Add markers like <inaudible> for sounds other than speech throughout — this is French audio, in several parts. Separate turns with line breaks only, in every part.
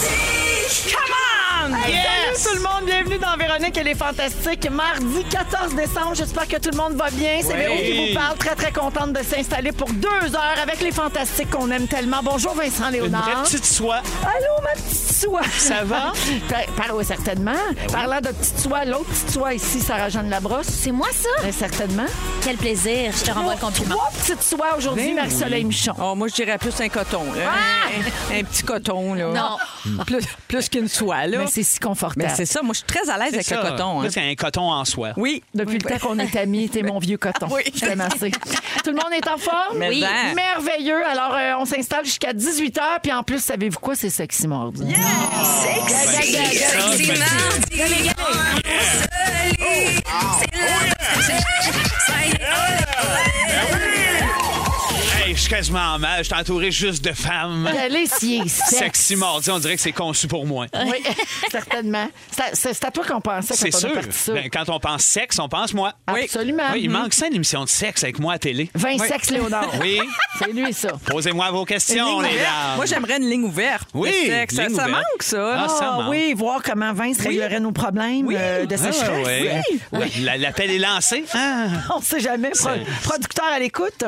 Come on! Salut tout le monde, bienvenue dans Véronique et les Fantastiques. Mardi 14 décembre, j'espère que tout le monde va bien. C'est Véro qui vous parle, très très contente de s'installer pour deux heures avec les Fantastiques qu'on aime tellement. Bonjour Vincent
Une
Léonard.
vraie petite soie.
Allô ma petite soie.
Ça va?
<laughs>
Ben
Par- par- oui, certainement. Parlant de petite soie, l'autre petite soie ici, Sarah-Jeanne Labrosse.
C'est moi ça?
Ben, certainement.
Quel plaisir. Je te renvoie le compliment.
Trois Ben petites soies aujourd'hui, Marie-Soleil Michon.
Oh, moi, je dirais plus un coton. là. Un, un- un petit coton, là. Non. Plus, plus qu'une soie, là.
Mais Ben, c'est si confortable.
Ben,
Mais c'est ça. Moi, je suis très à l'aise avec le coton. hein.
Là, c'est un coton en soie.
Oui.
Depuis
ben,
le temps qu'on est amis, t'es mon vieux coton.
<laughs>
Oui.
Je t'aime assez. Tout le monde est en forme?
Mais Oui. ben.
Merveilleux. Alors, euh, on s'installe jusqu'à 18h. Puis en plus, savez-vous quoi? C'est sexy mardi. Sexy.
Hey, je suis quasiment en mal. Je suis entouré juste de femmes.
Euh,
Allez,
<laughs>
si est
Sexy mardi, on dirait que c'est conçu pour moi.
Ah,
Oui, <laughs> certainement. C'est à- C'est c'est à toi qu'on pensait
C'est
quand on a
sûr.
parti ça.
Ben, quand on pense sexe, on pense moi.
Oui. Absolument.
Oui, il
Mhm.
manque ça une émission de sexe avec moi à télé.
20 sexes, Léonard.
Oui.
C'est lui, ça.
Posez-moi vos questions,
Une ligne
les
ouverte.
dames.
Moi, j'aimerais une ligne ouverte.
Oui,
de sexe. Ça,
ligne
ça
ouverte.
manque, ça.
Ah, ça
Ah,
manque.
oui.
voir comment Vince réglerait nos problèmes euh, de
Ah,
sécheresse.
ouais. La- la- L'appel est lancé. Ah.
<laughs> On ne sait jamais. Pro- producteur à l'écoute.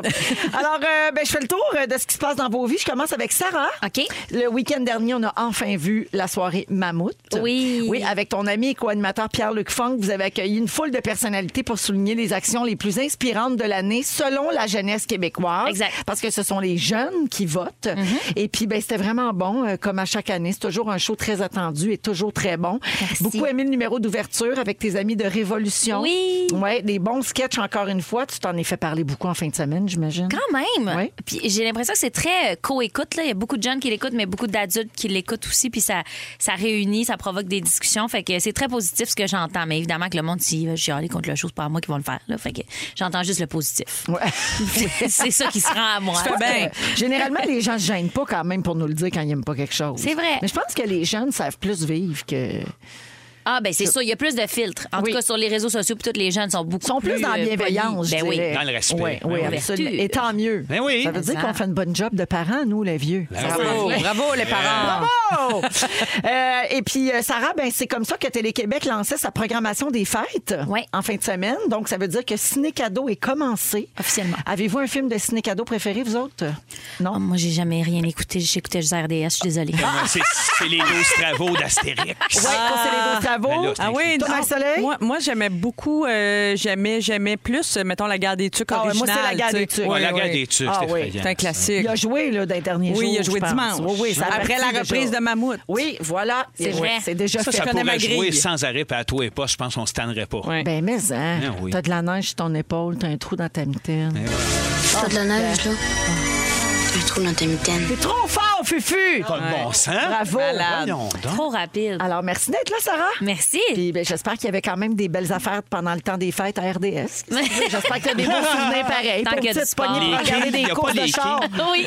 Alors, euh, ben, je fais le tour euh, de ce qui se passe dans vos vies. Je commence avec Sarah.
OK.
Le week-end dernier, on a enfin vu la soirée Mammouth.
Oui.
Oui, avec ton ami et co-animateur Pierre-Luc Funk, vous avez accueilli une foule de personnalités pour souligner les actions les plus inspirantes de l'année selon la jeunesse québécoise.
Exact. Mm-hmm.
Parce que ce sont les jeunes qui votent. Et puis, ben, c'était vraiment bon, euh, comme à chaque année. C'est toujours un show très attendu et toujours très bon.
Merci.
Beaucoup aimé le numéro d'ouverture avec tes amis de Révolution.
Oui.
Ouais, des bons sketchs encore une fois. Tu t'en es fait parler beaucoup en fin de semaine, j'imagine.
Quand même.
Oui.
Puis j'ai l'impression que c'est très euh, co-écoute. là. Il y a beaucoup de jeunes qui l'écoutent, mais beaucoup d'adultes qui l'écoutent aussi. Puis ça, ça réunit, ça provoque des discussions. Fait que c'est très positif ce que j'entends. Mais évidemment que le monde s'y va chialer contre le show, c'est pas à moi qui vont le faire. là. Fait que j'entends juste le positif. <laughs> c'est ça qui se rend à moi.
Je fais bien.
Euh, Généralement, les gens ne se gênent pas quand même pour nous le dire quand ils n'aiment pas quelque chose.
C'est vrai.
Mais je pense que les jeunes savent plus vivre que.
Ah ben c'est sûr, il y a plus de filtres. En
Oui.
tout cas sur les réseaux sociaux, puis toutes les jeunes sont beaucoup
Ils sont plus, dans la
euh,
bienveillance,
polis.
je
Ben oui.
dirais.
Dans le respect.
Oui,
Ben
oui,
oui.
absolument.
Vertu.
Et tant mieux.
Ben oui. Ben
Ça veut dire
Ça.
qu'on fait une bonne job de parents, nous, les vieux. Ça va
Ah, Bravo, bravo, les
Euh,
parents.
Oh!
Bravo! <laughs> Euh, et puis, euh, Sarah, ben, c'est comme ça que Télé-Québec lançait sa programmation des fêtes
Ouais.
en fin de semaine. Donc, ça veut dire que Ciné Cadeau est commencé.
Officiellement.
Avez-vous un film de Ciné Cadeau préféré, vous autres?
Ah,
Non?
moi, j'ai jamais rien écouté. J'écoutais juste RDS, je suis désolée.
C'est c'est les 12 travaux d'Astérix.
Ouais, ça, c'est les beaux
Ben là,
travaux.
c'est Ah
oui,
Thomas
non,
Soleil?
Moi, moi, j'aimais beaucoup, euh, j'aimais, j'aimais plus, euh, mettons, la guerre des tucs
Ah ouais, moi,
originale.
c'est la guerre
tu sais.
des tucs.
Ouais,
Ouais,
la guerre
ouais.
des tucs,
Ah
c'était
oui.
effrayant,
C'est un
ça.
classique.
Il a joué là, dans les derniers
Oui,
jours,
il a joué
je pense.
dimanche.
Oui, oui, ça a
Après
parti
la reprise
déjà.
de Mammouth.
Oui, voilà.
C'est
Oui,
vrai.
C'est déjà
Ça,
fait.
ça
connais ma
pourrait jouer
grille.
sans arrêt puis à toi et pas. Je pense qu'on se tannerait pas.
Ouais.
Ben, mais hein,
Ah oui.
t'as de la neige sur ton épaule, t'as un trou dans ta mitaine.
Ben
Ah.
T'as de la neige, là? Un trou dans ta mitaine.
T'es trop fort, Fufu!
Pas de bon sens.
Bravo.
Malade.
Voyons
hein?
donc.
Trop rapide.
Alors, merci d'être là, Sarah.
Ah. Merci.
Puis ben, j'espère qu'il y avait quand même des belles affaires pendant le temps des fêtes à RDS. j'espère que t'as des beaux souvenirs pareils.
Tant
Pas une
qu'il y a
petite
du sport.
poignée
Les
pour regarder
quilles, il y
des
a
courses
pas
de
les
char.
Oui.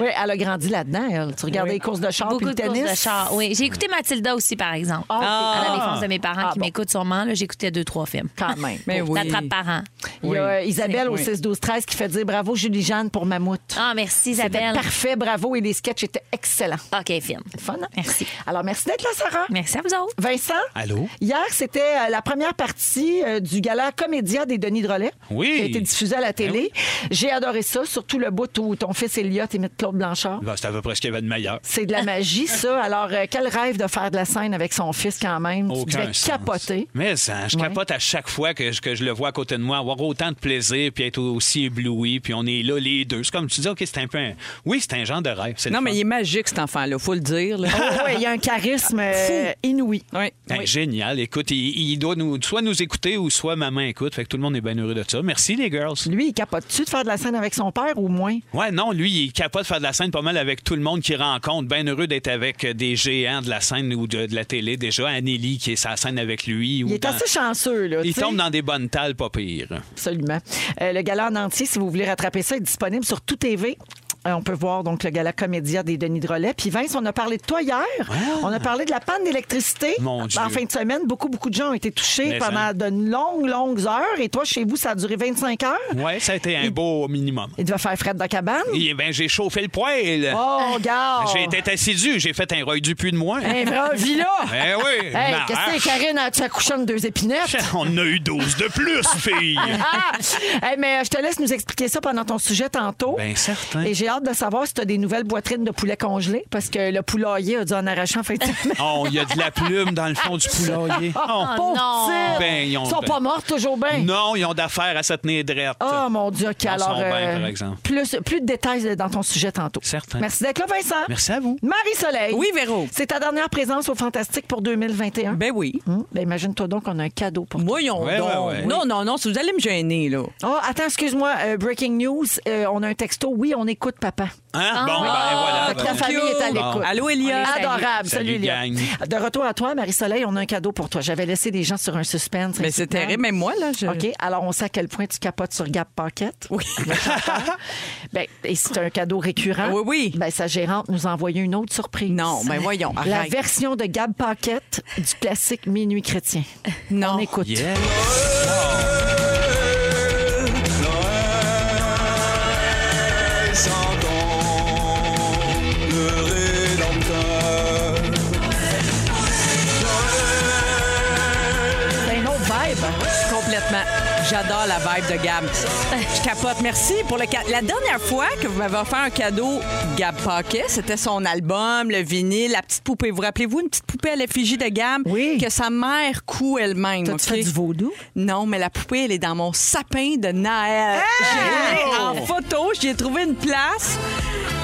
Oui, elle a grandi là-dedans, elle. Tu regardes les courses de char Ah, puis
Beaucoup
le
de courses
tennis.
de char. Oui, j'ai écouté Mathilda aussi, par exemple.
Ah,
À la défense de mes parents
Ah,
qui
bon.
m'écoutent sûrement, là, j'écoutais deux, trois films.
Quand même.
Mais oui.
T'attrapes par an.
Il y a euh, Isabelle au 6-12-13 qui fait dire bravo Julie-Jeanne pour Mammouth.
Ah, merci Isabelle.
Parfait, bravo. Et les sketchs étaient excellents.
OK, film.
Fun, hein?
Merci.
Alors, merci d'être là, Sarah.
Merci à vous autres.
Vincent?
Allô?
Hier, c'était euh, la première partie euh, du gala Comédia des Denis Drolet.
Oui. Ben
Qui a été diffusé à la télé. J'ai adoré ça, surtout le bout où ton fils Elliot imite Claude Blanchard.
Ben, c'est à peu près ce qu'il y avait de meilleur.
C'est de la
<laughs>
magie, ça. Alors, euh, quel rêve de faire de la scène avec son fils quand même. tu
Aucun
devais
sens. <laughs>
capoter.
Mais ça, je
Ouais.
capote à chaque fois que je, que je le vois à côté de moi, avoir autant de plaisir, puis être aussi ébloui, puis on est là les deux. C'est comme tu dis, OK, c'est un peu un... Oui, c'est un genre de rêve. c'est le
Non, mais
fun.
il est magique, cet enfant-là. Faut le dire. là.
Oh, ouais, il y a un charisme euh, inouï.
Oui.
Ben, Génial. Écoute, il, il doit nous, soit nous écouter ou soit maman écoute. Fait que tout le monde est bien heureux de ça. Merci, les girls.
Lui, il capote-tu de faire de la scène avec son père ou moins?
Ouais, non, lui, il est capable de faire de la scène pas mal avec tout le monde qu'il rencontre. Bien heureux d'être avec des géants de la scène ou de, de la télé. Déjà, Anneli qui est sa scène avec lui. ou
Il est
dans-
assez chanceux, là.
il
tu sais.
tombe dans des bonnes talles, pas pire.
Absolument. Euh, le gala en entier, si vous voulez rattraper ça, est disponible sur Tout TV. Euh, On peut voir donc le gala comédia des Denis Drolet. Puis Vince, on a parlé de toi hier. On a parlé de la panne d'électricité. Ben,
Mon Dieu.
En fin de semaine, beaucoup, beaucoup de gens ont été touchés
Mais hein?
pendant
ça.
de longues, longues heures. Et toi, chez vous, ça a duré 25 heures.
Ouais, ça a été un beau minimum.
Il devait faire Fred de cabane.
Eh ben, j'ai chauffé le poêle.
Oh, gars!
J'ai été assidu, j'ai fait un Roy Dupuis de moi.
Un vrai villa!
Eh oui,
Hey,
marche.
qu'est-ce que c'est, Karine? As-tu accouché de deux épinettes?
<laughs> On en a eu 12 de plus,
<laughs>
fille.
Ah! Hey, mais euh, je te laisse nous expliquer ça pendant ton sujet tantôt.
Bien Ben, certain.
Et j'ai hâte de savoir si tu as des nouvelles boitrines de poulet congelé, parce que le poulailler a dû en arracher en fin de semaine.
Oh, il y a de la plume dans le fond du poulailler. <laughs> Oh.
Pauvre
non.
petite.
Ben, ils ont-
sont pas morts toujours bien.
Non, ils ont d'affaires à se tenir drette.
Oh mon Dieu, OK,
Ils en
alors.
sont bien,
euh,
par exemple.
plus, plus de détails dans ton sujet tantôt.
Certain.
Merci d'être là, Vincent.
Merci à vous.
Marie-Soleil.
Oui, Véro.
C'est ta dernière présence au Fantastique pour 2021.
Ben oui.
Hum, ben, imagine-toi donc qu'on a un cadeau pour toi.
Voyons
Ouais,
donc.
ouais, ouais.
Non, non, non, si vous allez me gêner, là.
Oh, attends, excuse-moi. euh, breaking news. euh, on a un texto. Oui, on écoute papa.
Hein? Bon, ben
Fait que
voilà.
Oh, la
ben.
famille est à l'écoute.
Allô, Elia.
Salut.
Adorable.
Salut,
Salut, Léa.
gang.
De retour à toi, Marie-Soleil, on a un cadeau pour toi. J'avais laissé des gens sur un suspense.
Mais Ben, c'est terrible, même moi, là. je-
OK, alors on sait à quel point tu capotes sur Gap Pocket.
Oui. <laughs>
Ben, et c'est un cadeau récurrent.
Oui, oui.
Ben, sa gérante nous a envoyé une autre surprise.
Non, ben voyons,
La
arrête.
version de Gab Pocket du classique Minuit chrétien.
Non.
On écoute.
Yeah.
Noël s'entend, le Rédempteur.
C'est un autre vibe. hein?
Complètement. J'adore la vibe de Gab. Je capote. Merci pour le cadeau. La dernière fois que vous m'avez offert un cadeau, Gab Paquet, c'était son album, le vinyle, la petite poupée. Vous rappelez-vous une petite poupée à l'effigie de Gab
Oui.
que sa mère coud elle-même?
T'as-tu
OK?
fait du vaudou?
Non, mais la poupée, elle est dans mon sapin de Noël. J'ai
Oh!
été en photo, j'ai trouvé une place.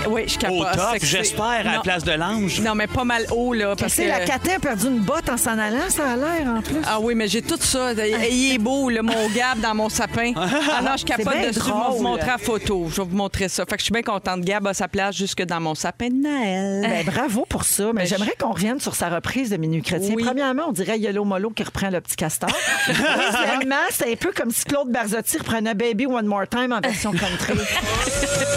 Oui, je capote.
Au top,
C'est que c'est-
j'espère, à la
Non.
place de l'ange.
Non, mais pas mal haut, là.
Tu
Parce que...
sais, la catin a perdu une botte en s'en allant, ça a l'air en plus.
Ah oui, mais j'ai tout ça. Il est beau, le mon Gab dans mon <laughs> sapin. Ah non, je capote
bien
dessus. Je vais vous
drôle.
montrer la photo. Je vais vous montrer ça. Fait que je suis bien contente. Gab a sa place jusque dans mon sapin de Noël.
Ben, bravo pour ça, mais
Ben,
j'aimerais qu'on revienne sur sa reprise de Minuit Chrétien.
Oui.
Premièrement, on dirait Yolo Molo qui reprend le petit castor.
<laughs>
Deuxièmement, c'est un peu comme si Claude Barzotti reprenait Baby One More Time en version country.
<laughs>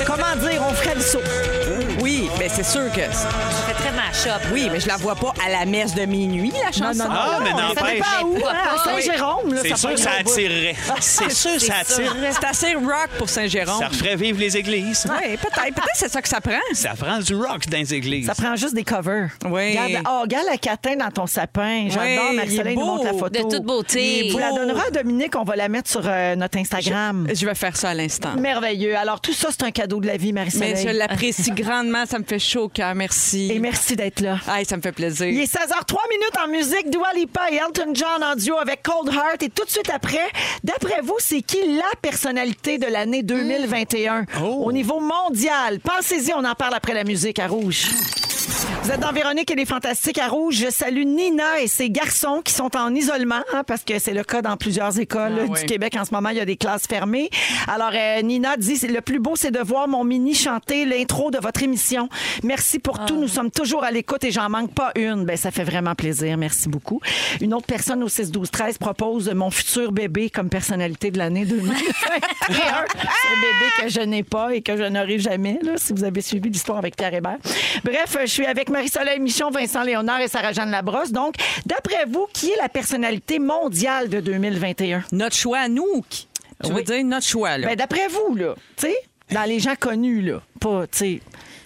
Comment dire, on ferait le saut.
ben Oui, mais c'est sûr que. c'est-
Je fais très mash-up.
Oui, mais je la vois pas à la messe de minuit, la chanson.
Ah, mais
ça
n'empêche.
dépend où, hein, à Saint-Jérôme. là,
C'est sûr,
pogne
ça
au bout.
attirerait.
<laughs>
C'est sûr, ça attire.
C'est assez rock pour Saint-Jérôme.
Ça referait vivre les églises.
Oui, peut-être. Peut-être c'est ça que ça prend.
Ça prend du rock dans les églises.
Ça prend juste des covers.
Oui.
Regarde, oh, regarde la catin dans ton sapin. J'adore.
Oui, il est
Marie-Soleil nous
beau.
montre la photo.
De toute beauté.
Il est
Vous la
beau.
donnera à Dominique. On va la mettre sur euh, notre Instagram.
Je vais faire ça à l'instant.
Merveilleux. Alors, tout ça, c'est un cadeau de la vie,
Mais je <laughs>
Marie-Soleil.
l'apprécie grandement. Ça me fait chaud au cœur. Merci.
Et merci d'être là.
Aïe, ça me fait plaisir.
Il est 16h03 minutes en musique. Dua Lipa et Elton John en duo avec Cold Heart. Et tout de suite après, d'après vous, c'est qui la personnalité de l'année
Hmm.
2021
Oh.
au niveau mondial? Pensez-y, on en parle après la musique à Rouge. Vous êtes dans Véronique et les Fantastiques à Rouge. Je salue Nina et ses garçons qui sont en isolement, hein, parce que c'est le cas dans plusieurs écoles
Ah
du
oui.
Québec en ce moment. Il y a des classes fermées. Alors, euh, Nina dit Le plus beau, c'est de voir mon mini chanter l'intro de votre émission. Merci pour tout. Nous sommes toujours à l'écoute et j'en manque pas une. Ben, ça fait vraiment plaisir. Merci beaucoup. Une autre personne au 6-12-13 propose mon futur bébé comme personnalité de l'année 2021. Ce bébé que je n'ai pas et que je n'aurai jamais, là, si vous avez suivi l'histoire avec Pierre Hébert. Bref, je suis avec Marie-Soleil Michon, Vincent Léonard et Sarah-Jeanne Labrosse. Donc, d'après vous, qui est la personnalité mondiale de 2021?
Notre choix à nous. qui- Tu veux
Oui.
dire notre choix, là?
Ben, d'après vous, là, tu sais, dans les gens connus, là, pas, tu sais.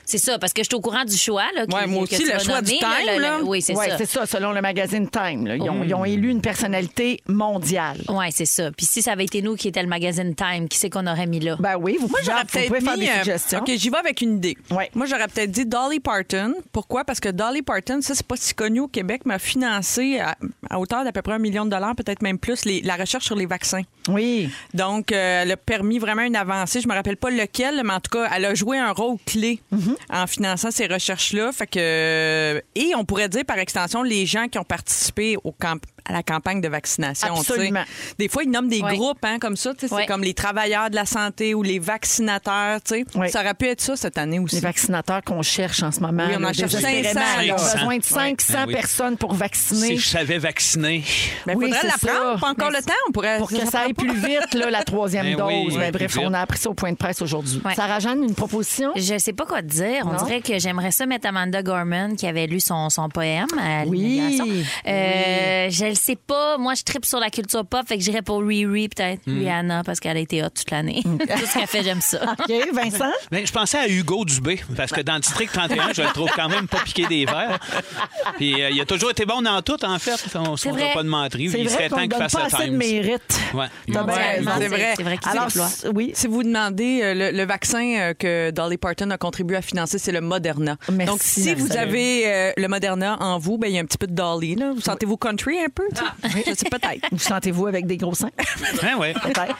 C'est ça, parce que je suis au courant du choix. Là, qui-
Ouais, moi
que
aussi,
tu
le
vas
choix du
nommer, là,
time,
le- le-
là.
Oui, c'est
Ouais,
ça.
c'est ça, selon le magazine Time. là. Ils,
Mm.
ont, ils ont élu une personnalité mondiale.
Oui, c'est ça. Puis si ça avait été nous qui était le magazine Time, qui c'est qu'on aurait mis là?
Ben oui, vous,
Moi, j'aurais
vous pouvez
peut-être
faire des
mis, euh,
suggestions.
OK, j'y vais avec une idée.
Ouais.
Moi, j'aurais peut-être dit Dolly Parton. Pourquoi? Parce que Dolly Parton, ça, c'est pas si connu au Québec, mais a financé à, à hauteur d'à peu près un million de dollars, peut-être même plus, les- la recherche sur les vaccins.
Oui.
Donc, euh, elle a permis vraiment une avancée. Je me rappelle pas lequel, mais en tout cas, elle a joué un rôle clé
Mhm.
en finançant ces euh, recherches-là. Fait que et on pourrait dire par extension les gens qui ont participé au camp à la campagne de vaccination. tu sais.
Absolument.
Des fois, ils nomment des
Ouais.
groupes hein, comme ça. tu sais, C'est
Ouais.
comme les travailleurs de la santé ou les vaccinateurs. tu sais.
Ouais.
Ça aurait pu être ça cette année aussi.
Les vaccinateurs qu'on cherche en ce moment.
Oui, on
là,
en cherche
désespérément,
500,
là. On a
là.
besoin de 500
Ben oui.
personnes pour vacciner. Ben
Si je savais vacciner.
Mais
Oui,
faudrait
c'est
l'apprendre.
ça.
Pas encore le temps. On pourrait.
Pour que
ça
ça aille
prend
plus vite, là, la troisième
Ben
dose.
oui,
Ben
oui,
bref,
plus vite.
on a appris ça au point de presse aujourd'hui.
Ouais.
Sarah-Jeanne, une
<laughs>
proposition?
Je sais pas quoi te dire. On
Non?
dirait que j'aimerais ça mettre Amanda Gorman qui avait lu son, son poème à
Oui.
l'immigration. Euh, Je le sais pas. Moi, je tripe sur la culture pop, fait que j'irais pour Riri peut-être, Rihanna, parce qu'elle a été hot toute l'année. Tout ce qu'elle fait, j'aime ça.
OK, Vincent?
Ben, je pensais à Hugo Dubé, parce que dans le district 31, je le trouve quand même pas piqué des verres. Puis euh, il a toujours été bon dans tout, en fait. On ne se
C'est
rendra
vrai.
pas de mentir.
C'est
Il
vrai
serait
qu'on
temps
ne
qu'il
donne
fasse
pas
la
assez de
Times.
mérite.
Ouais.
T'as bien
Mondialement,
raison.
c'est vrai.
C'est vrai qu'il
Alors,
déploie.
s- oui.
Si vous demandez euh, le, le vaccin euh, que Dolly Parton a contribué à financer, c'est le Moderna.
Merci,
Donc, si
Marcel.
vous avez euh, le Moderna en vous, ben, il y a un petit peu de Dolly. là. Vous sentez-vous country un peu? tu sais? Je sais peut-être.
Vous sentez-vous avec des gros seins?
Hein,
<laughs>
ouais.
Peut-être.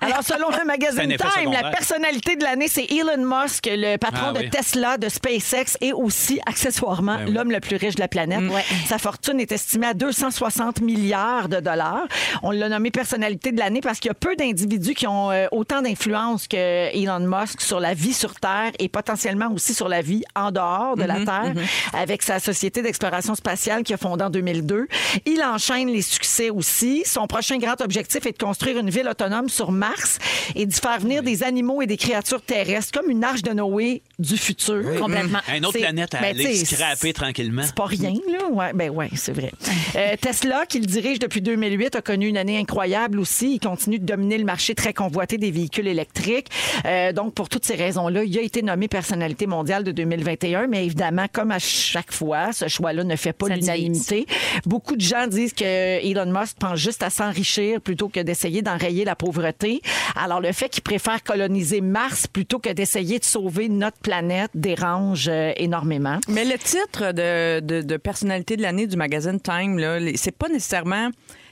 Alors, selon le
C'est un
magazine
effet
Time, la
secondaire.
personnalité de l'année, c'est Elon Musk, le patron
Ah
de
oui.
Tesla, de SpaceX et aussi, accessoirement,
Ben oui.
l'homme le plus riche de la planète. Sa fortune est estimée à 260 milliards de dollars. On l'a nommé personnalité de l'année parce qu'il y a peu d'individus qui ont euh, autant d'influence que Elon Musk sur la vie sur Terre et potentiellement aussi sur la vie en dehors de
Mhm,
la Terre avec sa société d'exploration spatiale qu'il a fondée en 2002. Il enchaîne les succès aussi. Son prochain grand objectif est de construire une ville autonome sur Mars et d'y faire venir des animaux et des créatures terrestres comme une arche de Noé du futur.
Complètement.
Mhm. Une autre
C'est-
planète à
ben,
aller
t'sais,
scraper tranquillement.
c'est pas rien, là. Ouais, ben ouais, c'est vrai. Euh, Tesla, qu'il dirige depuis 2008, a connu une année incroyable aussi. Il continue de dominer le marché très convoité des véhicules électriques. Euh, donc, pour toutes ces raisons-là, il a été nommé personnalité mondiale de 2021. Mais évidemment, comme à chaque fois, ce choix-là ne fait pas
Ça divise.
l'unanimité. Beaucoup de gens disent que Elon Musk pense juste à s'enrichir plutôt que d'essayer d'enrayer la pauvreté. Alors, le fait qu'il préfère coloniser Mars plutôt que d'essayer de sauver notre planète dérange euh, énormément.
<laughs> Mais le titre de, de- de personnalité de l'année du magazine Time, là, les- c'est pas nécessairement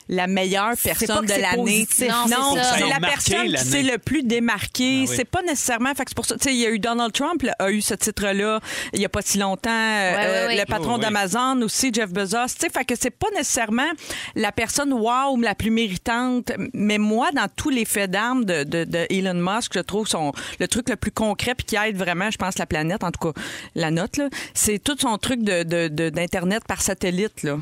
la meilleure
pas
personne
que
de
c'est
l'année.
positif.
Non, c'est ça.
c'est
Ils
la
ont marqué
personne qui
l'année.
s'est le plus démarquée.
Ah oui.
C'est pas nécessairement. Fait que c'est pour ça. Tu sais, il y a eu Donald Trump, là, a eu ce titre-là il y a pas si longtemps.
ouais,
Euh,
ouais.
Le patron
Oh, ouais.
d'Amazon aussi, Jeff Bezos. Tu sais, fait que c'est pas nécessairement la personne wow la plus méritante. Mais moi, dans tous les faits d'armes de, de- de Elon Musk, je trouve son le truc le plus concret puis qui aide vraiment, je pense, la planète, en tout cas la nôtre, là, c'est tout son truc de- de- de- d'internet par satellite là.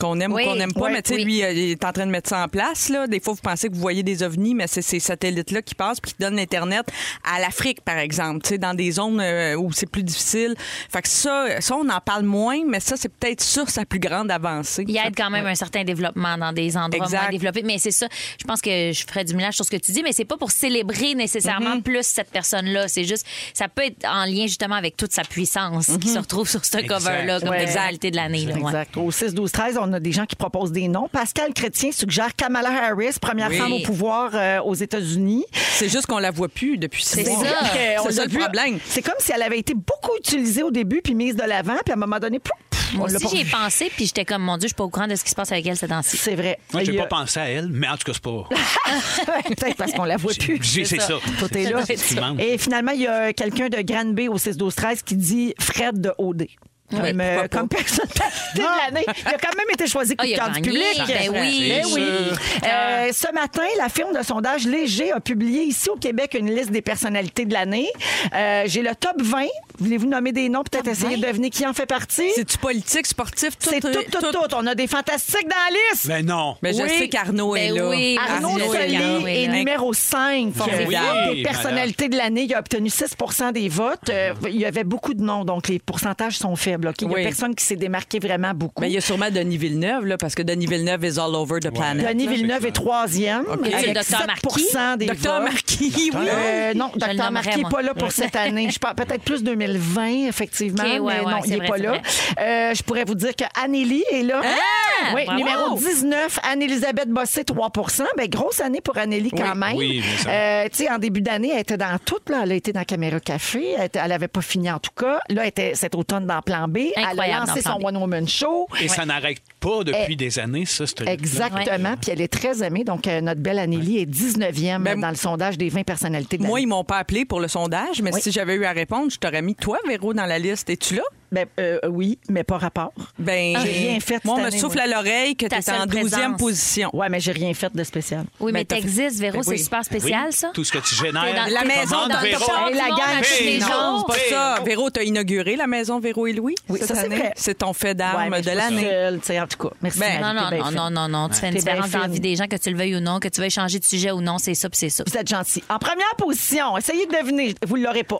Qu'on aime
Oui.
ou qu'on n'aime pas,
Ouais.
mais tu sais,
Oui.
lui, euh, il est en train de mettre ça en place. Là. Des fois, vous pensez que vous voyez des ovnis, mais c'est ces satellites-là qui passent puis qui donnent l'Internet à l'Afrique, par exemple, tu sais, dans des zones euh, où c'est plus difficile. Fait que ça, ça, on en parle moins, mais ça, c'est peut-être sur sa plus grande avancée.
Il aide quand même un certain développement dans des endroits
Exact.
moins développés. Mais c'est ça, je pense que je ferais du mélange sur ce que tu dis, mais c'est pas pour célébrer nécessairement plus cette personne-là. C'est juste, ça peut être en lien justement avec toute sa puissance qui se retrouve sur ce cover-là comme
Ouais.
personnalité de l'année. là, ouais.
Exact. Au 6, 12, 13, on a des gens qui proposent des noms. Pascal Chrétien suggère Kamala Harris, première
Oui.
femme au pouvoir euh, aux États-Unis.
C'est juste qu'on la voit plus depuis six
C'est
mois.
ça.
Euh, on
<laughs> C'est ça
l'a
le
vu-
problème.
C'est comme si elle avait été beaucoup utilisée au début puis mise de l'avant, puis à un moment donné, plouf, pff, on
Moi
l'a
aussi,
pas
j'y ai
revue.
pensé, puis j'étais comme, mon Dieu, je suis pas au courant de ce qui se passe avec elle ces temps-ci.
C'est vrai.
Moi, j'ai
Et,
pas
euh,
pensé à elle, mais en tout cas, c'est pas.
<laughs> Peut-être parce qu'on la voit plus.
J'ai- C'est ça.
Tout est là.
C'est ce qui manque.
Et finalement, il y a quelqu'un de Granby au 6, 12, 13 qui dit Fred de OD. Comme,
pourquoi
euh,
pas.
<laughs>
comme personnalité de l'année. Il a quand même été choisi
Ah,
coup de
il a
cœur du
gagné.
public.
Ben oui.
Ben
C'est
oui.
sûr.
Euh, ce matin, la firme de sondage Léger a publié ici au Québec une liste des personnalités de l'année. Euh, J'ai le top 20. Voulez-vous nommer des noms? Peut-être essayer de deviner qui en fait partie.
C'est-tu politique, sportif, tout?
C'est
euh,
tout, tout, tout, On a des fantastiques dans la liste.
Mais Ben non.
Mais je
Oui.
sais qu'Arnaud est
Ben
là.
oui,
Ah,
Arnaud
Arnaud
Soli
Soli
est
là.
numéro
Ben
5
Formidable.
des personnalités de l'année. Il a obtenu 6 des votes. Euh, il y avait beaucoup de noms, donc les pourcentages sont faibles. ok? Il
Ah.
n'y
Oui.
a personne qui s'est démarqué vraiment beaucoup.
Mais Ben, il y a sûrement Denis Villeneuve, là, parce que Denis Villeneuve is all over the planet.
Denis Villeneuve est troisième
Et c'est le
avec
docteur
7 des
Docteur
votes.
Marquis, oui.
Euh, non,
Je le
Docteur Marquis
nommerais,
n'est
moi.
pas là pour cette année. Je parle peut-être plus 2020, effectivement,
Ok, ouais,
mais
ouais,
non,
c'est
il n'est
vrai,
pas
c'est
là.
vrai.
Euh, je pourrais vous dire que Anneli est là. oui,
Bravo!
numéro 19, Anne-Elisabeth Bossé, 3 Ben, grosse année pour Anneli quand même.
oui, bien sûr.
Euh, tu sais, en début d'année, elle était dans tout. Là. Elle a été dans Caméra Café. Elle était- Elle n'avait pas fini en tout cas. Là, elle était cet automne dans Plan B. elle a
Incroyable dans
lancé
Plan
son
B.
One Woman Show.
Et ça n'arrête pas depuis des années, ça, ce truc-là.
Exactement. Puis elle est très aimée. Donc, euh, notre belle Anneli est 19e
Ben,
dans le sondage des 20 personnalités de
Moi,
l'année.
ils m'ont pas appelé pour le sondage, mais
Oui.
si j'avais eu à répondre, je t'aurais mis toi, Véro, dans la liste. Es-tu là?
Ben, euh, oui, mais pas rapport.
Ben,
J'ai Ah, rien fait
Moi, on
cette
me
année,
souffle
moi.
à l'oreille que tu
Ta
es
seule
en 12e
présence.
position.
Ouais, mais j'ai rien fait de spécial.
Oui, mais
t'as fait-
t'existes, Véro,
Ben
c'est
oui.
super spécial,
Oui, Euh,
ça.
Tout ce que tu
T'es
génères.
dans-
La
t'es
maison
dans-
de
dans-
Véro.
dans-
Hey, la
dans-
gang,
tous les
hey,
jours.
C'est pas
Hey.
ça. Véro, tu as inauguré la maison Véro et Louis
Oui,
cette
ça, c'est
année.
vrai.
C'est ton fait
Ouais,
d'arme
mais
de
je suis
l'année.
seule, tu sais, en tout cas. Merci.
Ben,
Non,
Marie,
non,
t'es bien
non,
fine.
non, non, non. Tu fais une
T'es bien
différence dans la
fine.
vie des gens, que tu le veuilles ou non, que tu veuilles changer de sujet ou non, c'est ça, puis c'est ça.
Vous êtes gentil. En première position, essayez de deviner. Vous ne l'aurez pas.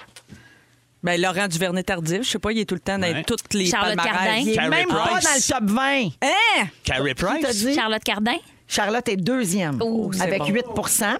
Ben, Laurent Duvernay-Tardif, je sais pas, il est tout le temps dans
Ouais.
toutes les
Charlotte
palmarès.
Cardin.
Il n'est
Carrie
même pas
Price.
dans le top 20.
Hein?
Carrie
Qui t'a
Price.
dit?
Charlotte Cardin?
Charlotte est deuxième
Oh, c'est
avec
bon.
8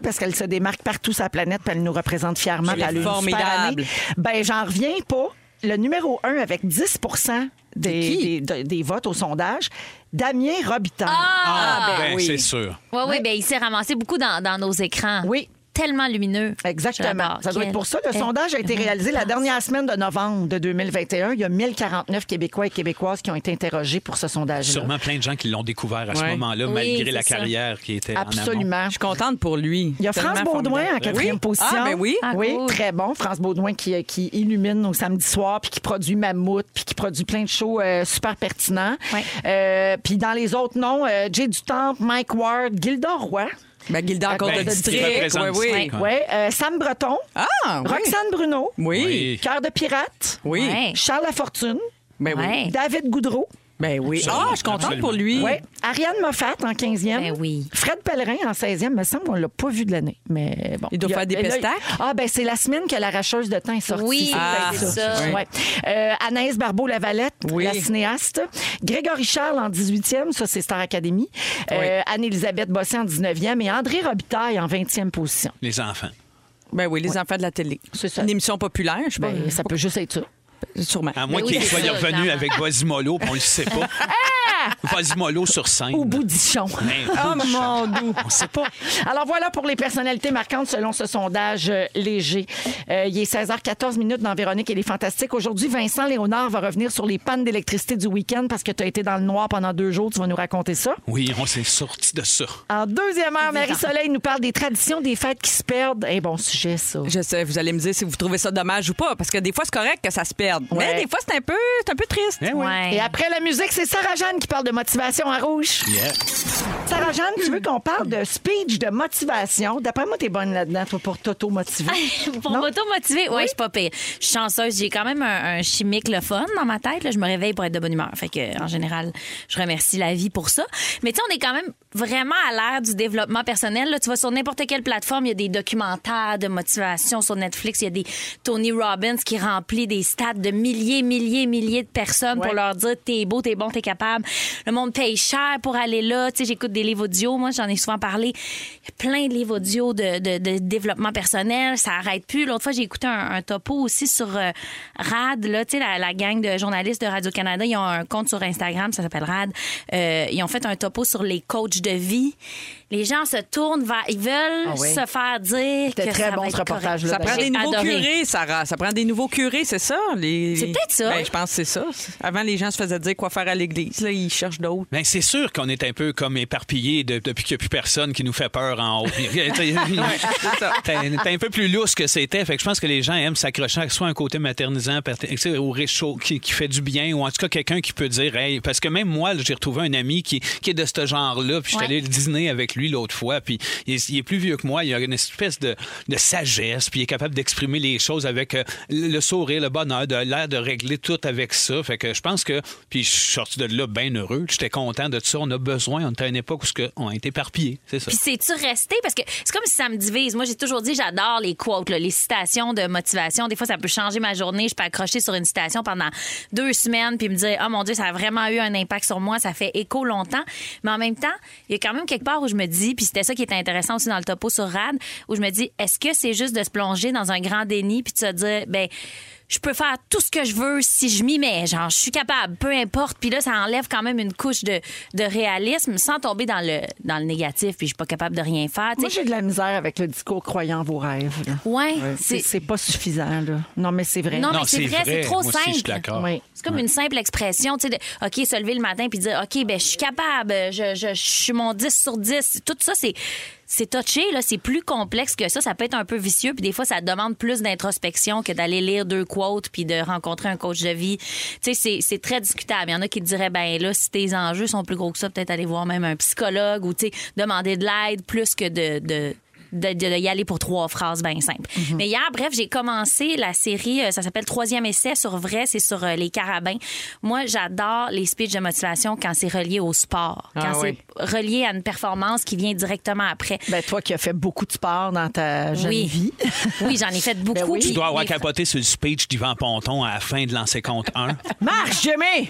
parce qu'elle se démarque partout sur la planète puis elle nous représente fièrement.
Elle
puis
est
Elle a eu une super
formidable.
année. Ben, j'en reviens pas. Le numéro 1 avec 10
C'est
des,
qui?
des- des votes au sondage, Damien Robitaille.
Ah,
Ah!
ben,
oui.
c'est sûr.
Oui, oui, ben, il s'est ramassé beaucoup dans, dans nos écrans.
Oui.
Tellement lumineux.
Exactement.
J'adore. euh,
Ça doit être pour ça. Le
Eh,
Quelle-
sondage a été réalisé la dernière semaine de novembre de 2021. Il y a 1049 Québécois et Québécoises qui ont été interrogés pour ce sondage-là.
Sûrement plein de gens qui l'ont découvert à ce
Ouais.
moment-là,
Oui,
malgré
c'est
la
ça.
carrière qui était en amont.
Absolument.
Je suis contente pour lui.
Ben. Il y a
Tellement
France Baudouin
formidable.
en quatrième
Oui.
position.
Ah, ben oui.
Ah,
oui,
cool.
très bon. France Baudouin qui, euh, qui illumine au samedi soir, puis qui produit Mammouth, puis qui produit plein de shows euh, super pertinents.
Ouais.
Euh, puis dans les autres noms, euh, Jay Dutemps, Mike Ward, Gilda Roy,
Ben, Gilda encore
Ben,
de
qui
district.
représente
Oui, oui.
district. Ouais.
ouais, euh, Sam Breton,
Ah, oui.
Roxane Bruno,
Oui.
Oui.
Cœur de Pirate,
Oui.
Ouais.
Charles Lafortune,
Ben oui.
Ouais.
David Goudreau,
Ben oui.
Absolument.
Ah, je suis contente
Absolument.
pour lui.
ouais, Ariane Moffat en 15e.
Ben oui.
Fred Pellerin en 16e, me semble qu'on l'a pas vu de l'année. Mais bon.
Il doit
y a-
faire des
là, il-
pestacles.
Ah, ben c'est la semaine que l'arracheuse de thym est sortie.
Oui,
c'est
Ah,
peut-être
c'est ça.
Ouais. Euh, Anaïs Barbeau-Lavalette,
Oui.
la cinéaste. Grégory Charles en 18e, ça c'est Star Academy. Euh, Anne-Élisabeth Bossé en 19e et André Robitaille en 20e position.
Les enfants.
Ben oui, les enfants de la télé.
C'est ça.
Une émission populaire, je sais pas.
Ben, ça peut juste être ça.
Sûrement.
À moins
oui,
qu'il
c'est
soit
ça,
revenu
clairement.
avec Vasimolo, puis on le sait pas. Vasimolo sur scène.
Au bout d'ichon.
Ben,
Oh
bouche.
mon doux.
On sait pas.
<laughs> Alors voilà pour les personnalités marquantes selon ce sondage euh, léger. Euh, il est 16h14 minutes dans Véronique et les Fantastiques. Aujourd'hui, Vincent Léonard va revenir sur les pannes d'électricité du week-end parce que tu as été dans le noir pendant deux jours. Tu vas nous raconter ça.
Oui, on s'est sorti de ça.
En deuxième heure, Marie-Soleil nous parle des traditions des fêtes qui se perdent. Un bon sujet, ça.
Je sais, vous allez me dire si vous trouvez ça dommage ou pas, parce que des fois, c'est correct que ça se perde.
Ouais.
Mais des fois, c'est un peu, c'est un peu triste.
Eh oui.
Ouais.
Et après la musique, c'est Sarah Jeanne qui parle de motivation en rouge.
Yeah.
Sarah Jeanne, tu veux qu'on parle de speech, de motivation. D'après moi, t'es bonne là-dedans, toi, pour
<laughs>
t'auto-motiver.
<laughs> Pour
Non?
m'auto-motiver, ouais, je suis pas pire. Je suis chanceuse. J'ai quand même un, un chimique le fun dans ma tête. là. Je me réveille pour être de bonne humeur. Fait que, euh, en général, je remercie la vie pour ça. Mais tu sais, on est quand même vraiment à l'ère du développement personnel. là. Tu vas sur n'importe quelle plateforme, il y a des documentaires de motivation sur Netflix. Il y a des Tony Robbins qui remplit des stades de milliers, milliers, milliers de personnes pour
Ouais.
leur dire t'es beau, t'es bon, t'es capable. Le monde paye cher pour aller là. Tu sais, j'écoute des livres audio. Moi, j'en ai souvent parlé. Il y a plein de livres audio de, de- de développement personnel. Ça arrête plus. L'autre fois, j'ai écouté un, un topo aussi sur euh, RAD. Là, tu sais, la, la gang de journalistes de Radio-Canada, ils ont un compte sur Instagram, ça s'appelle RAD. Euh, ils ont fait un topo sur les coachs de vie. Les gens se tournent vers. Ils veulent
Ah oui.
se faire dire
C'était
que
très
ça
bon,
va
ce
être correct.
reportage-là,
Ça
Ben,
prend
j'ai
des nouveaux
adoré.
curés, Sarah. Ça prend des nouveaux curés, c'est ça? Les...
C'est peut-être ça.
Ben, je pense que c'est ça. Avant, les gens se faisaient dire quoi faire à l'église. Là, ils cherchent d'autres.
Ben, c'est sûr qu'on est un peu comme éparpillé de- depuis qu'il n'y a plus personne qui nous fait peur en haut. <laughs> T'es t'es- t'es un peu plus lousse que c'était. Fait que je pense que les gens aiment s'accrocher à soit un côté maternisant pater- tu sais, au réchaud qui, qui fait du bien ou en tout cas quelqu'un qui peut dire hey, parce que même moi j'ai retrouvé un ami qui, qui est de ce genre-là puis je suis
Ouais.
allé dîner avec lui l'autre fois puis il, est- il est plus vieux que moi, il a une espèce de, de sagesse puis il est capable d'exprimer les choses avec euh, le sourire, le bonheur, de l'air de régler tout avec ça. Fait que je pense que puis je suis sorti de là bien heureux, j'étais content de ça, on a besoin, on est à une époque où ce que- on est éparpillé, c'est ça.
Puis c'est-tu resté? Parce que c'est comme si ça me divise. Moi, j'ai toujours dit, j'adore les quotes, là, les citations de motivation. Des fois, ça peut changer ma journée. Je peux accrocher sur une citation pendant deux semaines puis me dire, oh mon Dieu, ça a vraiment eu un impact sur moi. Ça fait écho longtemps. Mais en même temps, il y a quand même quelque part où je me dis, puis c'était ça qui était intéressant aussi dans le topo sur RAD, où je me dis, est-ce que c'est juste de se plonger dans un grand déni puis de se dire, ben je peux faire tout ce que je veux si je m'y mets. Genre, je suis capable, peu importe. Puis là, ça enlève quand même une couche de, de réalisme sans tomber dans le, dans le négatif, puis je suis pas capable de rien faire. tu
Moi,
sais.
j'ai de la misère avec le discours croyant vos rêves. là.
Ouais,
C'est
c'est.
c'est pas suffisant, là. Non, mais c'est vrai.
Non, mais c'est vrai, c'est trop
Moi aussi, je suis
simple.
d'accord.
Oui.
C'est comme une simple expression, tu sais, de, OK, se lever le matin puis dire, OK, ben, je suis capable, je, je, je suis mon 10 sur 10. Tout ça, c'est, c'est touché, là, c'est plus complexe que ça. Ça peut être un peu vicieux, puis des fois, ça demande plus d'introspection que d'aller lire deux quotes puis de rencontrer un coach de vie. Tu sais, c'est- c'est très discutable. Il y en a qui te diraient, ben là, si tes enjeux sont plus gros que ça, peut-être aller voir même un psychologue ou, tu sais, demander de l'aide plus que de- de de, de- de y aller pour trois phrases bien simples. Mais hier, bref, j'ai commencé la série, euh, ça s'appelle Troisième essai sur vrai, c'est sur euh, les carabins. Moi, j'adore les speeches de motivation quand c'est relié au sport, quand
Ah oui.
c'est relié à une performance qui vient directement après.
Ben, toi qui as fait beaucoup de sport dans ta jeune
oui,
vie.
oui, j'en ai fait beaucoup.
oui.
Tu
Puis
dois avoir
les-
capoté sur le speech d'Yvan Ponton à la fin de lancer compte
<laughs>
1.
<laughs> Marche, Jimmy!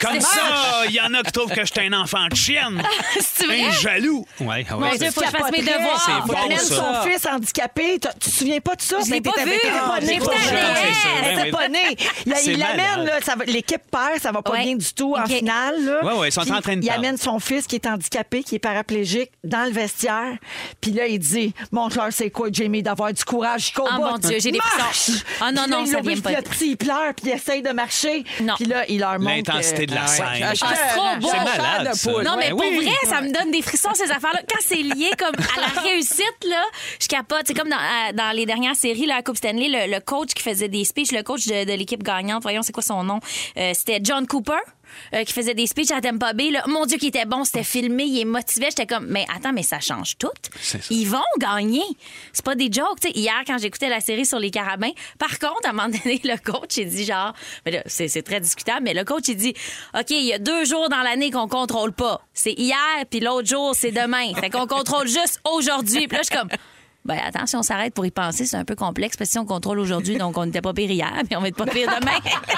Comme ça, il y en a qui trouvent que je suis un enfant de chienne.
<laughs> C'est vrai?
Un jaloux. Ouais,
Dieu,
ouais, c'est
faut que je fasse mes
Capoterait.
devoirs.
C'est bon,
Elle aime
ça.
son fils handicapé. T'as- Tu te souviens pas de ça?
Je l'ai
Ben,
pas
t'étais
vu.
vétéran.
Ah,
T'étais
j'ai
pas
pas
né.
vu.
C'est ça,
T'étais
oui,
pas né. Il-
C'est
Il l'amène,
malade.
là, ça va- l'équipe perd, ça va pas
Ouais.
bien du tout en
Ok.
finale. là.
Ouais, ouais, ils sont
Puis
en train de
Il
perdre.
amène son fils qui est handicapé, qui est paraplégique, dans le vestiaire. Puis là, il dit Montre-leur, c'est quoi, Jamie, d'avoir du courage jusqu'au
Ah,
bout.
mon Dieu, j'ai des
Marche!
frissons. Ah, non,
Puis là,
non,
il
ça
l'oblige,
vient pas
puis
de-
Le petit, il pleure, puis il essaye de marcher.
Non.
Puis là, il leur montre.
L'intensité
que-
de la scène.
Ah, c'est trop beau.
C'est
Chair
malade,
de
ça.
poule.
Non, mais
Ben
pour
oui.
vrai, ça me donne des frissons, ces affaires-là. Quand c'est lié comme à la réussite, là, je capote. C'est comme dans, à- dans les dernières séries, là, à Coupe Stanley, le, le coach qui faisait des speeches, le coach de, de l'équipe gagnante, voyons, c'est quoi son nom? Euh, C'était John Cooper. euh, qui faisait des speeches à Tampa Bay. Là. Mon Dieu, qui était bon, c'était filmé, il est motivé. J'étais comme, mais attends, mais ça change tout.
C'est ça.
Ils vont gagner. C'est pas des jokes. tu sais. hier, quand j'écoutais la série sur les carabins, par contre, à un moment donné, le coach, il dit genre, mais là, c'est, c'est très discutable, mais le coach, il dit, OK, il y a deux jours dans l'année qu'on contrôle pas. C'est hier, puis l'autre jour, c'est demain. Fait qu'on contrôle juste aujourd'hui. Puis là, je suis comme, ben attends, si on s'arrête pour y penser, c'est un peu complexe parce que si on contrôle aujourd'hui, donc on n'était pas pire hier, mais on va être pas pire demain. <laughs>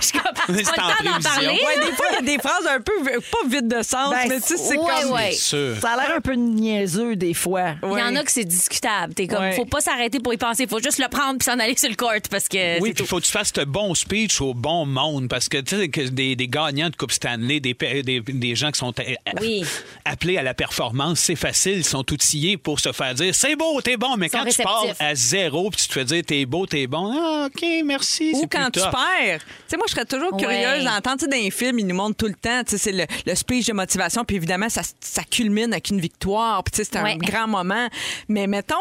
je suis comme, c'est
C'est
pas
en
le temps d'en
prévision.
parler.
Ouais, des fois, il y a des phrases un peu vi- pas vides de sens,
Ben,
mais tu sais, c'est
Ouais,
comme.
ouais.
Sûr.
Ça a l'air un peu niaiseux, des fois.
Il y en a que c'est discutable. T'es comme,
Ouais.
faut pas s'arrêter pour y penser. Faut juste le prendre puis s'en aller sur le court parce que.
Oui,
c'est
puis il
tout.
faut que tu fasses ce bon speech au bon monde parce que tu sais que des, des gagnants de Coupe Stanley, des, pa- des, des gens qui sont euh,
Oui.
appelés à la performance, c'est facile, ils sont outillés pour se faire dire c'est beau, t'es bon, mais
Ils sont
quand tu parles
réceptifs.
à zéro puis tu te fais dire t'es beau, t'es bon, ah, ok, merci.
Ou
c'est
quand tu
plus tough.
perds. Tu sais, moi, je serais toujours
Ouais.
curieuse d'entendre. Tu sais, dans les films, ils nous montrent tout le temps. Tu sais, c'est le, le speech de motivation. Puis évidemment, ça, ça culmine avec une victoire. Puis tu sais, c'est
Ouais.
un grand moment. Mais mettons.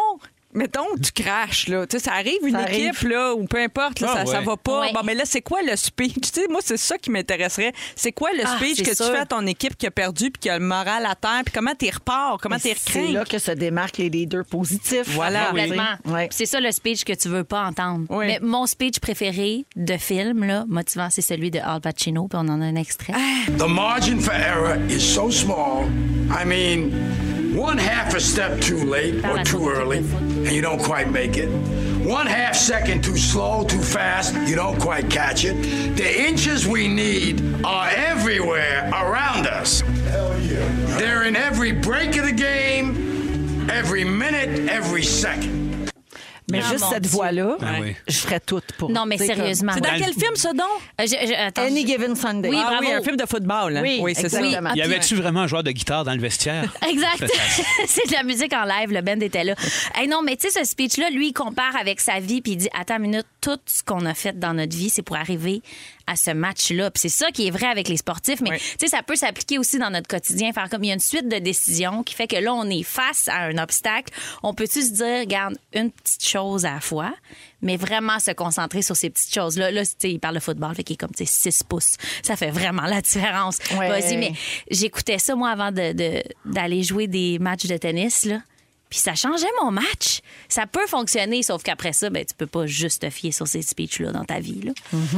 Mettons, tu craches, là. Tu sais, ça arrive une
Ça arrive.
équipe, là, ou peu importe, là,
Ah
ça, ça
ouais.
va pas.
Ouais.
Bon, mais là, c'est quoi le speech? Tu sais, moi, c'est ça qui m'intéresserait. C'est quoi le
Ah,
speech
c'est
que
sûr.
tu fais à ton équipe qui a perdu puis qui a le moral à terre? Puis comment t'y repars? Comment t'y
C'est
recrinques?
là que se démarquent les leaders positifs.
Ah, Voilà.
Ah oui.
Complètement.
Ouais.
C'est ça le speech que tu veux pas entendre.
Oui.
Mais mon speech préféré de film, là, motivant, c'est celui de Al Pacino, puis on en a un extrait.
Ah.
The margin for error is so small. I mean, one half a step too late or too early, and you don't quite make it. One half second too slow, too fast, you don't quite catch it. The inches we need are everywhere around us. They're in every break of the game, every minute, every second.
Mais
Ah,
juste
mon
cette
Dieu.
voix-là,
Ben oui.
je ferais tout pour.
Non, mais
Tu sais, comme-
sérieusement.
C'est dans
Ouais.
quel film, ça, donc?
Euh, je- je- attends,
Any
je-
Given Sunday.
Oui,
ah oui,
bravo.
un film de football. hein?
Oui,
c'est ça.
exactement.
Oui, ah,
Y
puis-
avait-tu vraiment un joueur de guitare dans le vestiaire?
<laughs>
Ben,
Exact. c'est de la musique en live, le band était là. Hey, non, mais tu sais, ce speech-là, lui, il compare avec sa vie, puis il dit Attends une minute, tout ce qu'on a fait dans notre vie, c'est pour arriver à ce match-là. Puis c'est ça qui est vrai avec les sportifs, mais
Oui.
tu sais, ça peut s'appliquer aussi dans notre quotidien. Faire comme il y a une suite de décisions qui fait que là, on est face à un obstacle. On peut-tu se dire Regarde, une petite chose à la fois, mais vraiment se concentrer sur ces petites choses-là. Là, tu sais, il parle de football, fait qu'il est comme, tu sais, 6 pouces. Ça fait vraiment la différence.
Ouais.
Vas-y, mais j'écoutais ça, moi, avant de- de- d'aller jouer des matchs de tennis, là. Puis ça changeait mon match. Ça peut fonctionner, sauf qu'après ça, ben, tu peux pas juste te fier sur ces speeches-là dans ta vie. Là.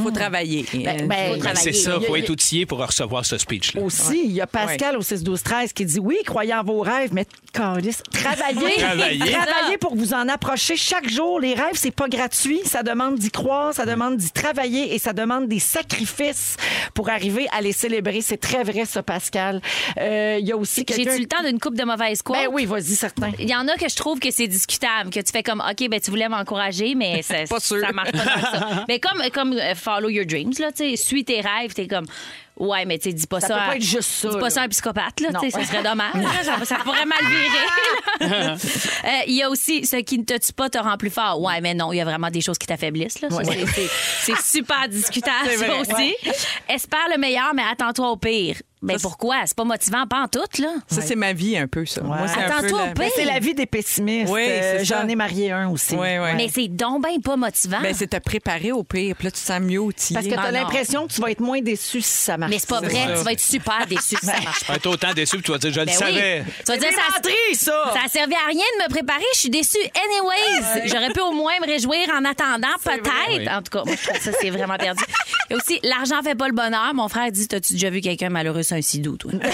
Faut travailler. Euh,
Ben,
Faut
Ben, c'est
travailler.
ça,
Il y a-
faut être outillé pour recevoir ce speech-là.
Aussi, il y a Pascal au 6 12 13 qui dit oui, croyez en vos rêves, mais câlisse, travaillez,
Travaillez.
Travaillez pour vous en approcher chaque jour. Les rêves, c'est pas gratuit, ça demande d'y croire, ça demande d'y travailler et ça demande des sacrifices pour arriver à les célébrer. C'est très vrai ça Pascal. Euh, il y a aussi quelqu'un
J'ai-tu le temps d'une coupe de mauvaise quoi?
Ben oui, vas-y certain.
Il y en a que je trouve que c'est discutable, que tu fais comme, OK, ben, tu voulais m'encourager,
<laughs>
mais ça,
Pas sûr.
ça marche pas tant que
<laughs>
ça. Mais comme, comme euh, follow your dreams, là, tu sais, suis tes rêves, t'es comme, ouais, mais tu sais, dis pas ça.
peut
à-
pas être juste ça,
Dis
là.
pas ça à un psychopathe, là,
Non.
tu sais, ça serait dommage.
<laughs>
là, ça, ça pourrait mal virer. là. Euh, Il y a aussi, ce qui ne te tue pas te rend plus fort. Ouais, mais non, il y a vraiment des choses qui t'affaiblissent, là. Ça, c'est-
<laughs>
c'est- C'est super discutable, ça aussi. Espère le meilleur, mais attends-toi au pire. Ben pourquoi? C'est pas motivant, pas en tout, là.
Ça, c'est ma vie un peu, ça. Moi, c'est un peu
Attends-toi
la-
au pire.
Ben,
hein?
C'est la vie des pessimistes.
Oui, c'est
Euh,
ça.
J'en ai marié un aussi.
Oui, oui.
Mais c'est donc ben pas motivant.
Ben, c'est te préparer au pire, puis là, tu te sens mieux outillé.
Parce que t'as
Ah, non.
l'impression que tu vas être moins déçu si Ah, ça marche.
Mais c'est pas vrai, tu vas être super déçu si ça marche pas.
Tu vas être autant déçu que tu vas dire, je le
Ben oui.
savais.
Tu vas dire, ça,
Menterie, ça!
ça servait à rien de me préparer, je suis déçue. Anyways, j'aurais pu au moins me réjouir en attendant, peut-être.
Oui.
En tout cas, moi, je trouve que ça, c'est vraiment perdu. Et aussi, l'argent fait pas le bonheur. Mon frère dit, t'as-tu déjà vu quelqu'un malheureux sur un sidou, toi? Fait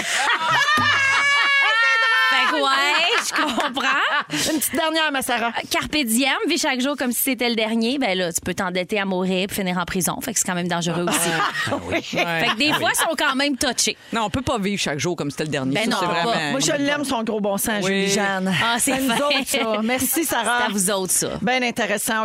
que ouais, je comprends.
Une petite dernière, ma Sarah.
Carpe diem, vis chaque jour comme si c'était le dernier. Ben là, tu peux t'endetter à mourir puis finir en prison. Fait que c'est quand même dangereux aussi.
Ouais.
Fait que des fois, ils sont quand même touchés.
Non, on peut pas vivre chaque jour comme c'était le dernier.
Ben
Ça,
non,
c'est
on peut
vraiment...
pas.
Moi, je l'aime, son gros bon sens,
Euh, Oui.
Julie-Jeanne.
Ah, c'est
À nous
fin.
autres, ça. Merci,
C'est
Sarah.
à vous autres, ça.
Bien intéressant.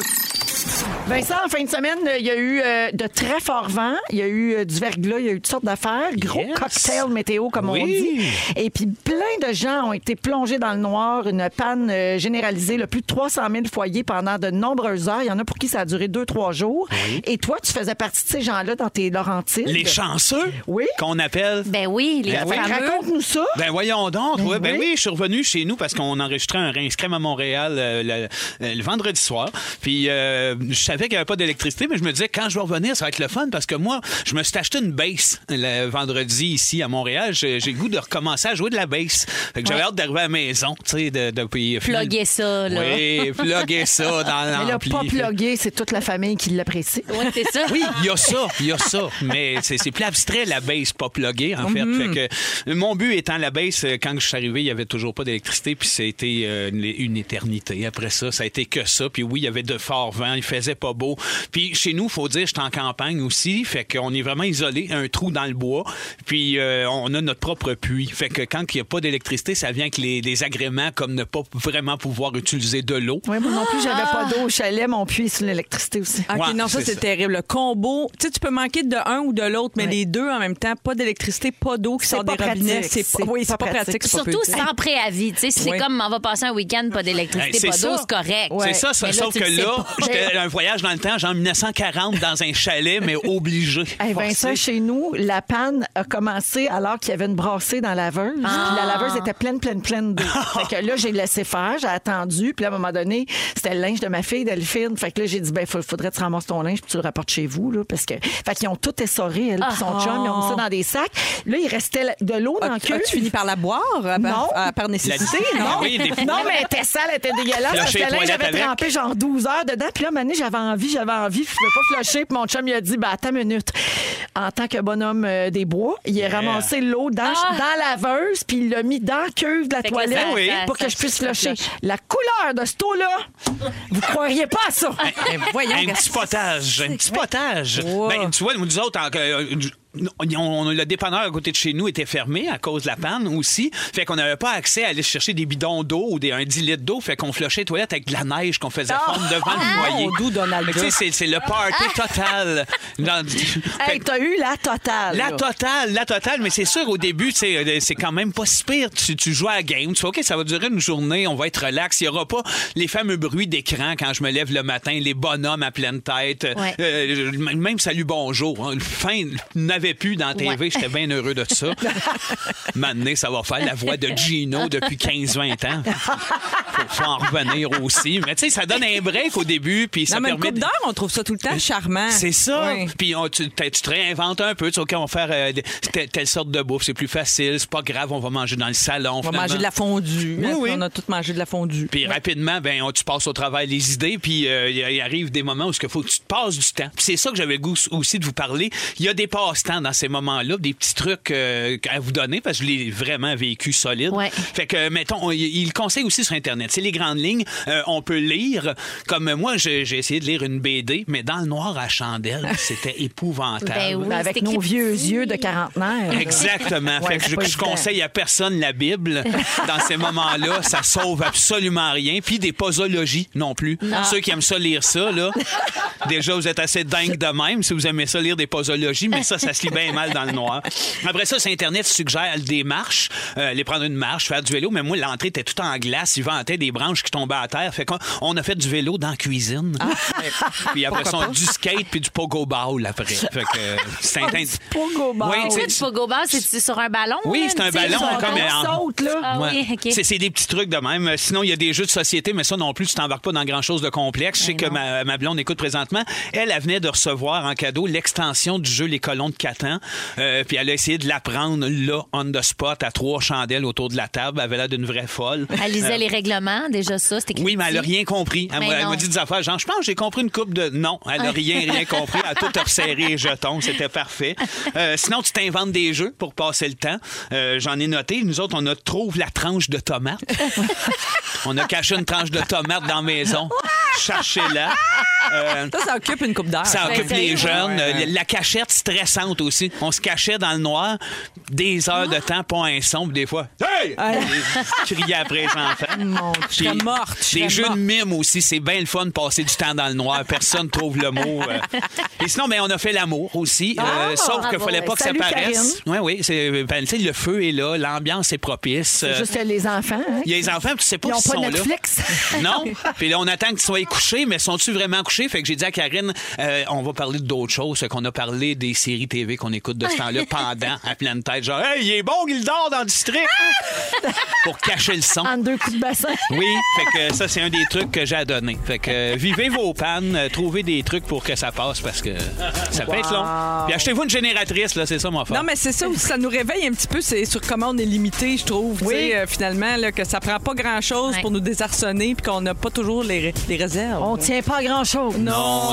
Vincent, en fin de semaine, il y a eu euh, de très forts vents, il y a eu euh, du verglas, il y a eu toutes sortes d'affaires, gros
Yes.
cocktail météo, comme on
Oui.
dit. Et puis, plein de gens ont été plongés dans le noir, une panne euh, généralisée, là, plus de 300 000 foyers pendant de nombreuses heures. Il y en a pour qui ça a duré deux, trois jours. Et toi, tu faisais partie de ces gens-là dans tes Laurentides.
Les chanceux
Oui.
qu'on appelle.
Ben oui, les
Ben oui.
fameux.
Raconte-nous ça.
Ben voyons donc, ouais, ben
oui.
oui. je suis revenu chez nous parce qu'on enregistrait un Rince Crème à Montréal euh, le, le vendredi soir. Puis euh, je savais qu'il n'y avait pas d'électricité, mais je me disais quand je vais revenir, ça va être le fun parce que moi, je me suis acheté une bass le vendredi ici à Montréal. J'ai j'ai le goût de recommencer à jouer de la bass. Fait que j'avais hâte d'arriver à la maison, tu sais, de, de puis, euh, finalement-
Plugger ça, là.
Oui, plugger ça dans
Mais là,
l'ampli.
pas plugué, c'est toute la famille qui l'apprécie.
Ouais, c'est ça.
Oui, il y a ça, il y a ça. Mais c'est c'est plus abstrait, la base pas pluguée, en fait. Fait que euh, mon but étant la base, euh, quand je suis arrivé, il n'y avait toujours pas d'électricité, puis ça a été euh, une- une éternité. Après ça, ça a été que ça. Puis oui, il y avait de forts vents, il faisait pas beau. Puis chez nous, faut dire, j'étais en campagne aussi, fait qu'on est vraiment isolé, un trou dans le bois, puis euh, on a notre propre puits. Fait que quand il n'y a pas d'électricité, ça vient avec les, les agréments comme ne pas vraiment pouvoir utiliser de l'eau.
Oui, moi non plus,
Ah!
j'avais pas d'eau au chalet, mon puits sur l'électricité aussi.
OK,
Ouais,
non, ça,
c'est
c'est
ça.
terrible. Le combo, tu sais, tu peux manquer de un ou de l'autre, mais les deux en même temps, pas d'électricité, pas d'eau qui
C'est
sort
pas
des robinets.
pratique,
pas, oui, c'est pas pratique. ça, on peut
Surtout
le dire.
sans préavis. Tu sais, si
Oui.
c'est comme on va passer un week-end, pas
Hey,
d'électricité,
c'est
pas d'eau,
ça.
c'est correct.
C'est ça, ça
Mais là,
sauf
tu
que
le sais
là,
pas. Ben,
j'étais un voyage dans le temps, genre 1940, dans un chalet, mais obligé.
Eh
Hey,
ben,
Vincent,
Forcé.
Eh ben, chez nous, la panne a commencé alors qu'il y avait une brassée dans la laveuse.
Ah.
Puis la laveuse était pleine, pleine, pleine d'eau. fait que là, j'ai laissé faire, j'ai attendu. Puis là, à un moment donné, c'était le linge de ma fille, Delphine. Fait que là, j'ai dit, ben, faut- faudrait que tu ramasses ton linge puis tu le rapportes chez vous, là, parce que. Fait qu'ils ont tout essoré, elle, puis son chum, ils ont mis ça dans des sacs. Là, il restait de l'eau dans le
Ah. As-tu
cul.
as-tu fini ah, par la boire à,
Non.
par- à- par nécessité?
<laughs> La-
non?
Ah oui, des-
Non, mais elle était sale, elle était dégueulasse. Parce que
Flusher les
là,
toilettes
j'avais
avec.
trempé genre 12 heures dedans. Puis là, Mané, j'avais envie, j'avais envie. Puis je pouvais pas flusher. Puis mon chum, il a dit, ben, attends une minute. En tant que bonhomme euh, des bois, il a ramassé l'eau dans, dans la laveuse, puis il l'a mis dans la cuve de la
Ah. Fait que là,
toilette
ça-
Oui.
ça-
pour
ça-
que je puisse
ça
flusher.
flush.
La couleur de cette eau-là, vous croiriez pas à ça.
Ben, voyons,
Un
regarde.
petit potage, un petit potage.
Wow.
Ben, tu vois, nous autres, en- euh, on- on- le dépanneur à côté de chez nous était fermé à cause de la panne aussi. Fait qu'on n'avait pas accès à aller chercher des bidons d'eau ou des, un 10 litres d'eau. Fait qu'on flushait les toilettes avec de la neige qu'on faisait
Ah!
fondre devant le foyer.
doux Donald
Fait que, tu sais,
Duck.
c'est- C'est le party total.
Ah!
Dans- Fait
Hey,
que-
t'as eu la totale.
La
là.
totale, la totale, mais c'est sûr, au début, tu sais, euh, c'est quand même pas si pire. Tu, tu joues à la game, tu fais, OK, ça va durer une journée, on va être relax. Il n'y aura pas les fameux bruits d'écran quand je me lève le matin, les bonhommes à pleine tête, euh,
Ouais.
euh, m- même salut, bonjour. hein. Fin, n'avait plus dans la TV, j'étais bien heureux de
<laughs>
ça. Maintenant, ça va faire la voix de Gino depuis 15-20 ans. Faut, faut en revenir aussi. Mais tu sais, ça donne un break au début, puis ça
Non, mais une
permet...
coupe
de-
d'heure, on trouve ça tout le temps charmant.
c'est ça.
Oui.
Puis on- tu, t'as- tu te réinventes un peu. Tu sais, OK, on va faire euh, des- telle, telle sorte de bouffe. C'est plus facile. C'est pas grave. On va manger dans le salon.
On va manger de la fondue.
Oui, oui.
On a tous mangé de la fondue.
Puis rapidement, ben, on- tu passes au travail les idées, puis euh, il il arrive des moments où il faut que tu te passes du temps. Puis c'est ça que j'avais le goût aussi de vous parler. Il y a des passe-temps dans ces moments-là, des petits trucs euh, à vous donner, parce que je l'ai vraiment vécu solide.
Ouais.
Fait que, mettons, on- il il le conseille aussi sur Internet. C'est les grandes lignes. Euh, on peut lire. Comme moi, j'ai j'ai essayé de lire une BD, mais dans le noir à chandelle,
<laughs>
c'était épouvantable.
Ben oui,
Ben, Avec
c'est
nos
écrit
vieux
petit.
yeux de quarantenaire. là.
Exactement.
Ouais,
fait que
c'est
je,
pas
je
évident.
conseille à personne la Bible. Dans ces moments-là, ça sauve absolument rien. Puis des posologies non plus. Ceux qui aiment ça lire ça, là, déjà, vous êtes assez dingue de même si vous aimez ça lire des posologies, mais ça, ça se se lit bien mal dans le noir. Après ça, c'est Internet suggère des marches, euh, aller prendre une marche, faire du vélo. Mais moi, l'entrée était toute en glace. Ils vantaient des branches qui tombaient à terre. Fait qu'on on a fait du vélo dans la cuisine.
Ah.
puis après ça, on a du skate puis du pogo ball après. Fait que euh, c'est intense.
pogo ball.
Oui,
En fait,
c'est-
du pogo ball, c'est sur un ballon.
oui,
là,
c'est un
tu sais,
ballon
sur-
comme en-
saute, là.
Ah oui, OK.
C'est c'est des petits trucs de même. Euh, Sinon, il y a des jeux de société, mais ça non plus, tu t'embarques pas dans grand-chose de complexe.
Ben
Je sais que ma, ma blonde écoute présentement. Elle, elle venait de recevoir en cadeau l'extension du jeu Les Colons de Catan. Euh, puis elle a essayé de la prendre là, on the spot, à trois chandelles autour de la table. Elle avait l'air d'une vraie folle.
Elle lisait les règlements, déjà ça, c'était
Euh, Oui, mais elle n'a
critique.
rien compris. Elle
Mais
m'a- elle
non.
m'a dit des affaires. Genre, je pense que j'ai compris une coupe de. Non, elle n'a rien, rien compris. Elle a tout resserré les jetons. C'était parfait. Euh, sinon, tu t'inventes des jeux pour passer le temps. Euh, J'en ai noté. Nous autres, on a trouve la tranche de tomate. on a caché une tranche de tomate dans la maison. Cherchez-la. Euh,
Ça, ça occupe une coupe d'heure.
ça occupe
Ben, sérieux?
les jeunes. Euh, La cachette stressante aussi. On se cachait dans le noir des heures de temps, pas un son, puis des fois. <laughs> Hey! Crier après les enfants.
Je serais
Puis
morte. je
Des
serais
jeux
morte.
de mime aussi, c'est bien le fun de passer du temps dans le noir. Personne trouve le mot. euh. Et sinon, mais on a fait l'amour aussi, euh, sauf qu'il
bravo.
fallait pas que
Salut,
ça paraisse. Oui, oui, c'est- ben, tu sais, le feu est là, l'ambiance est propice. Euh,
Juste les enfants. hein.
Il y a les enfants, puis tu sais pas
Ils n'ont
s'ils
pas
sont là.
Netflix.
<laughs> Non. Puis là, on attend qu'ils soient couchés, mais sont-ils vraiment couchés? Fait que j'ai dit à Karine, euh, on va parler d'autres choses. Fait qu'on a parlé des séries TV qu'on écoute de ce temps-là pendant, à pleine tête. Genre, hey, il est bon, il dort dans le district! Pour cacher le son.
En deux coups de bassin.
Oui, fait que ça, c'est un des trucs que j'ai à donner. Fait que euh, vivez vos pannes, euh, trouvez des trucs pour que ça passe parce que ça peut être long. Puis achetez-vous une génératrice, là, c'est ça mon frère.
Non, mais c'est ça, aussi, ça nous réveille un petit peu, c'est sur comment on est limité, je trouve, tu sais, euh, finalement, là, que ça prend pas grand-chose
Ouais.
pour nous désarçonner puis qu'on n'a pas toujours les, ré- les réserves.
On tient pas à grand-chose.
on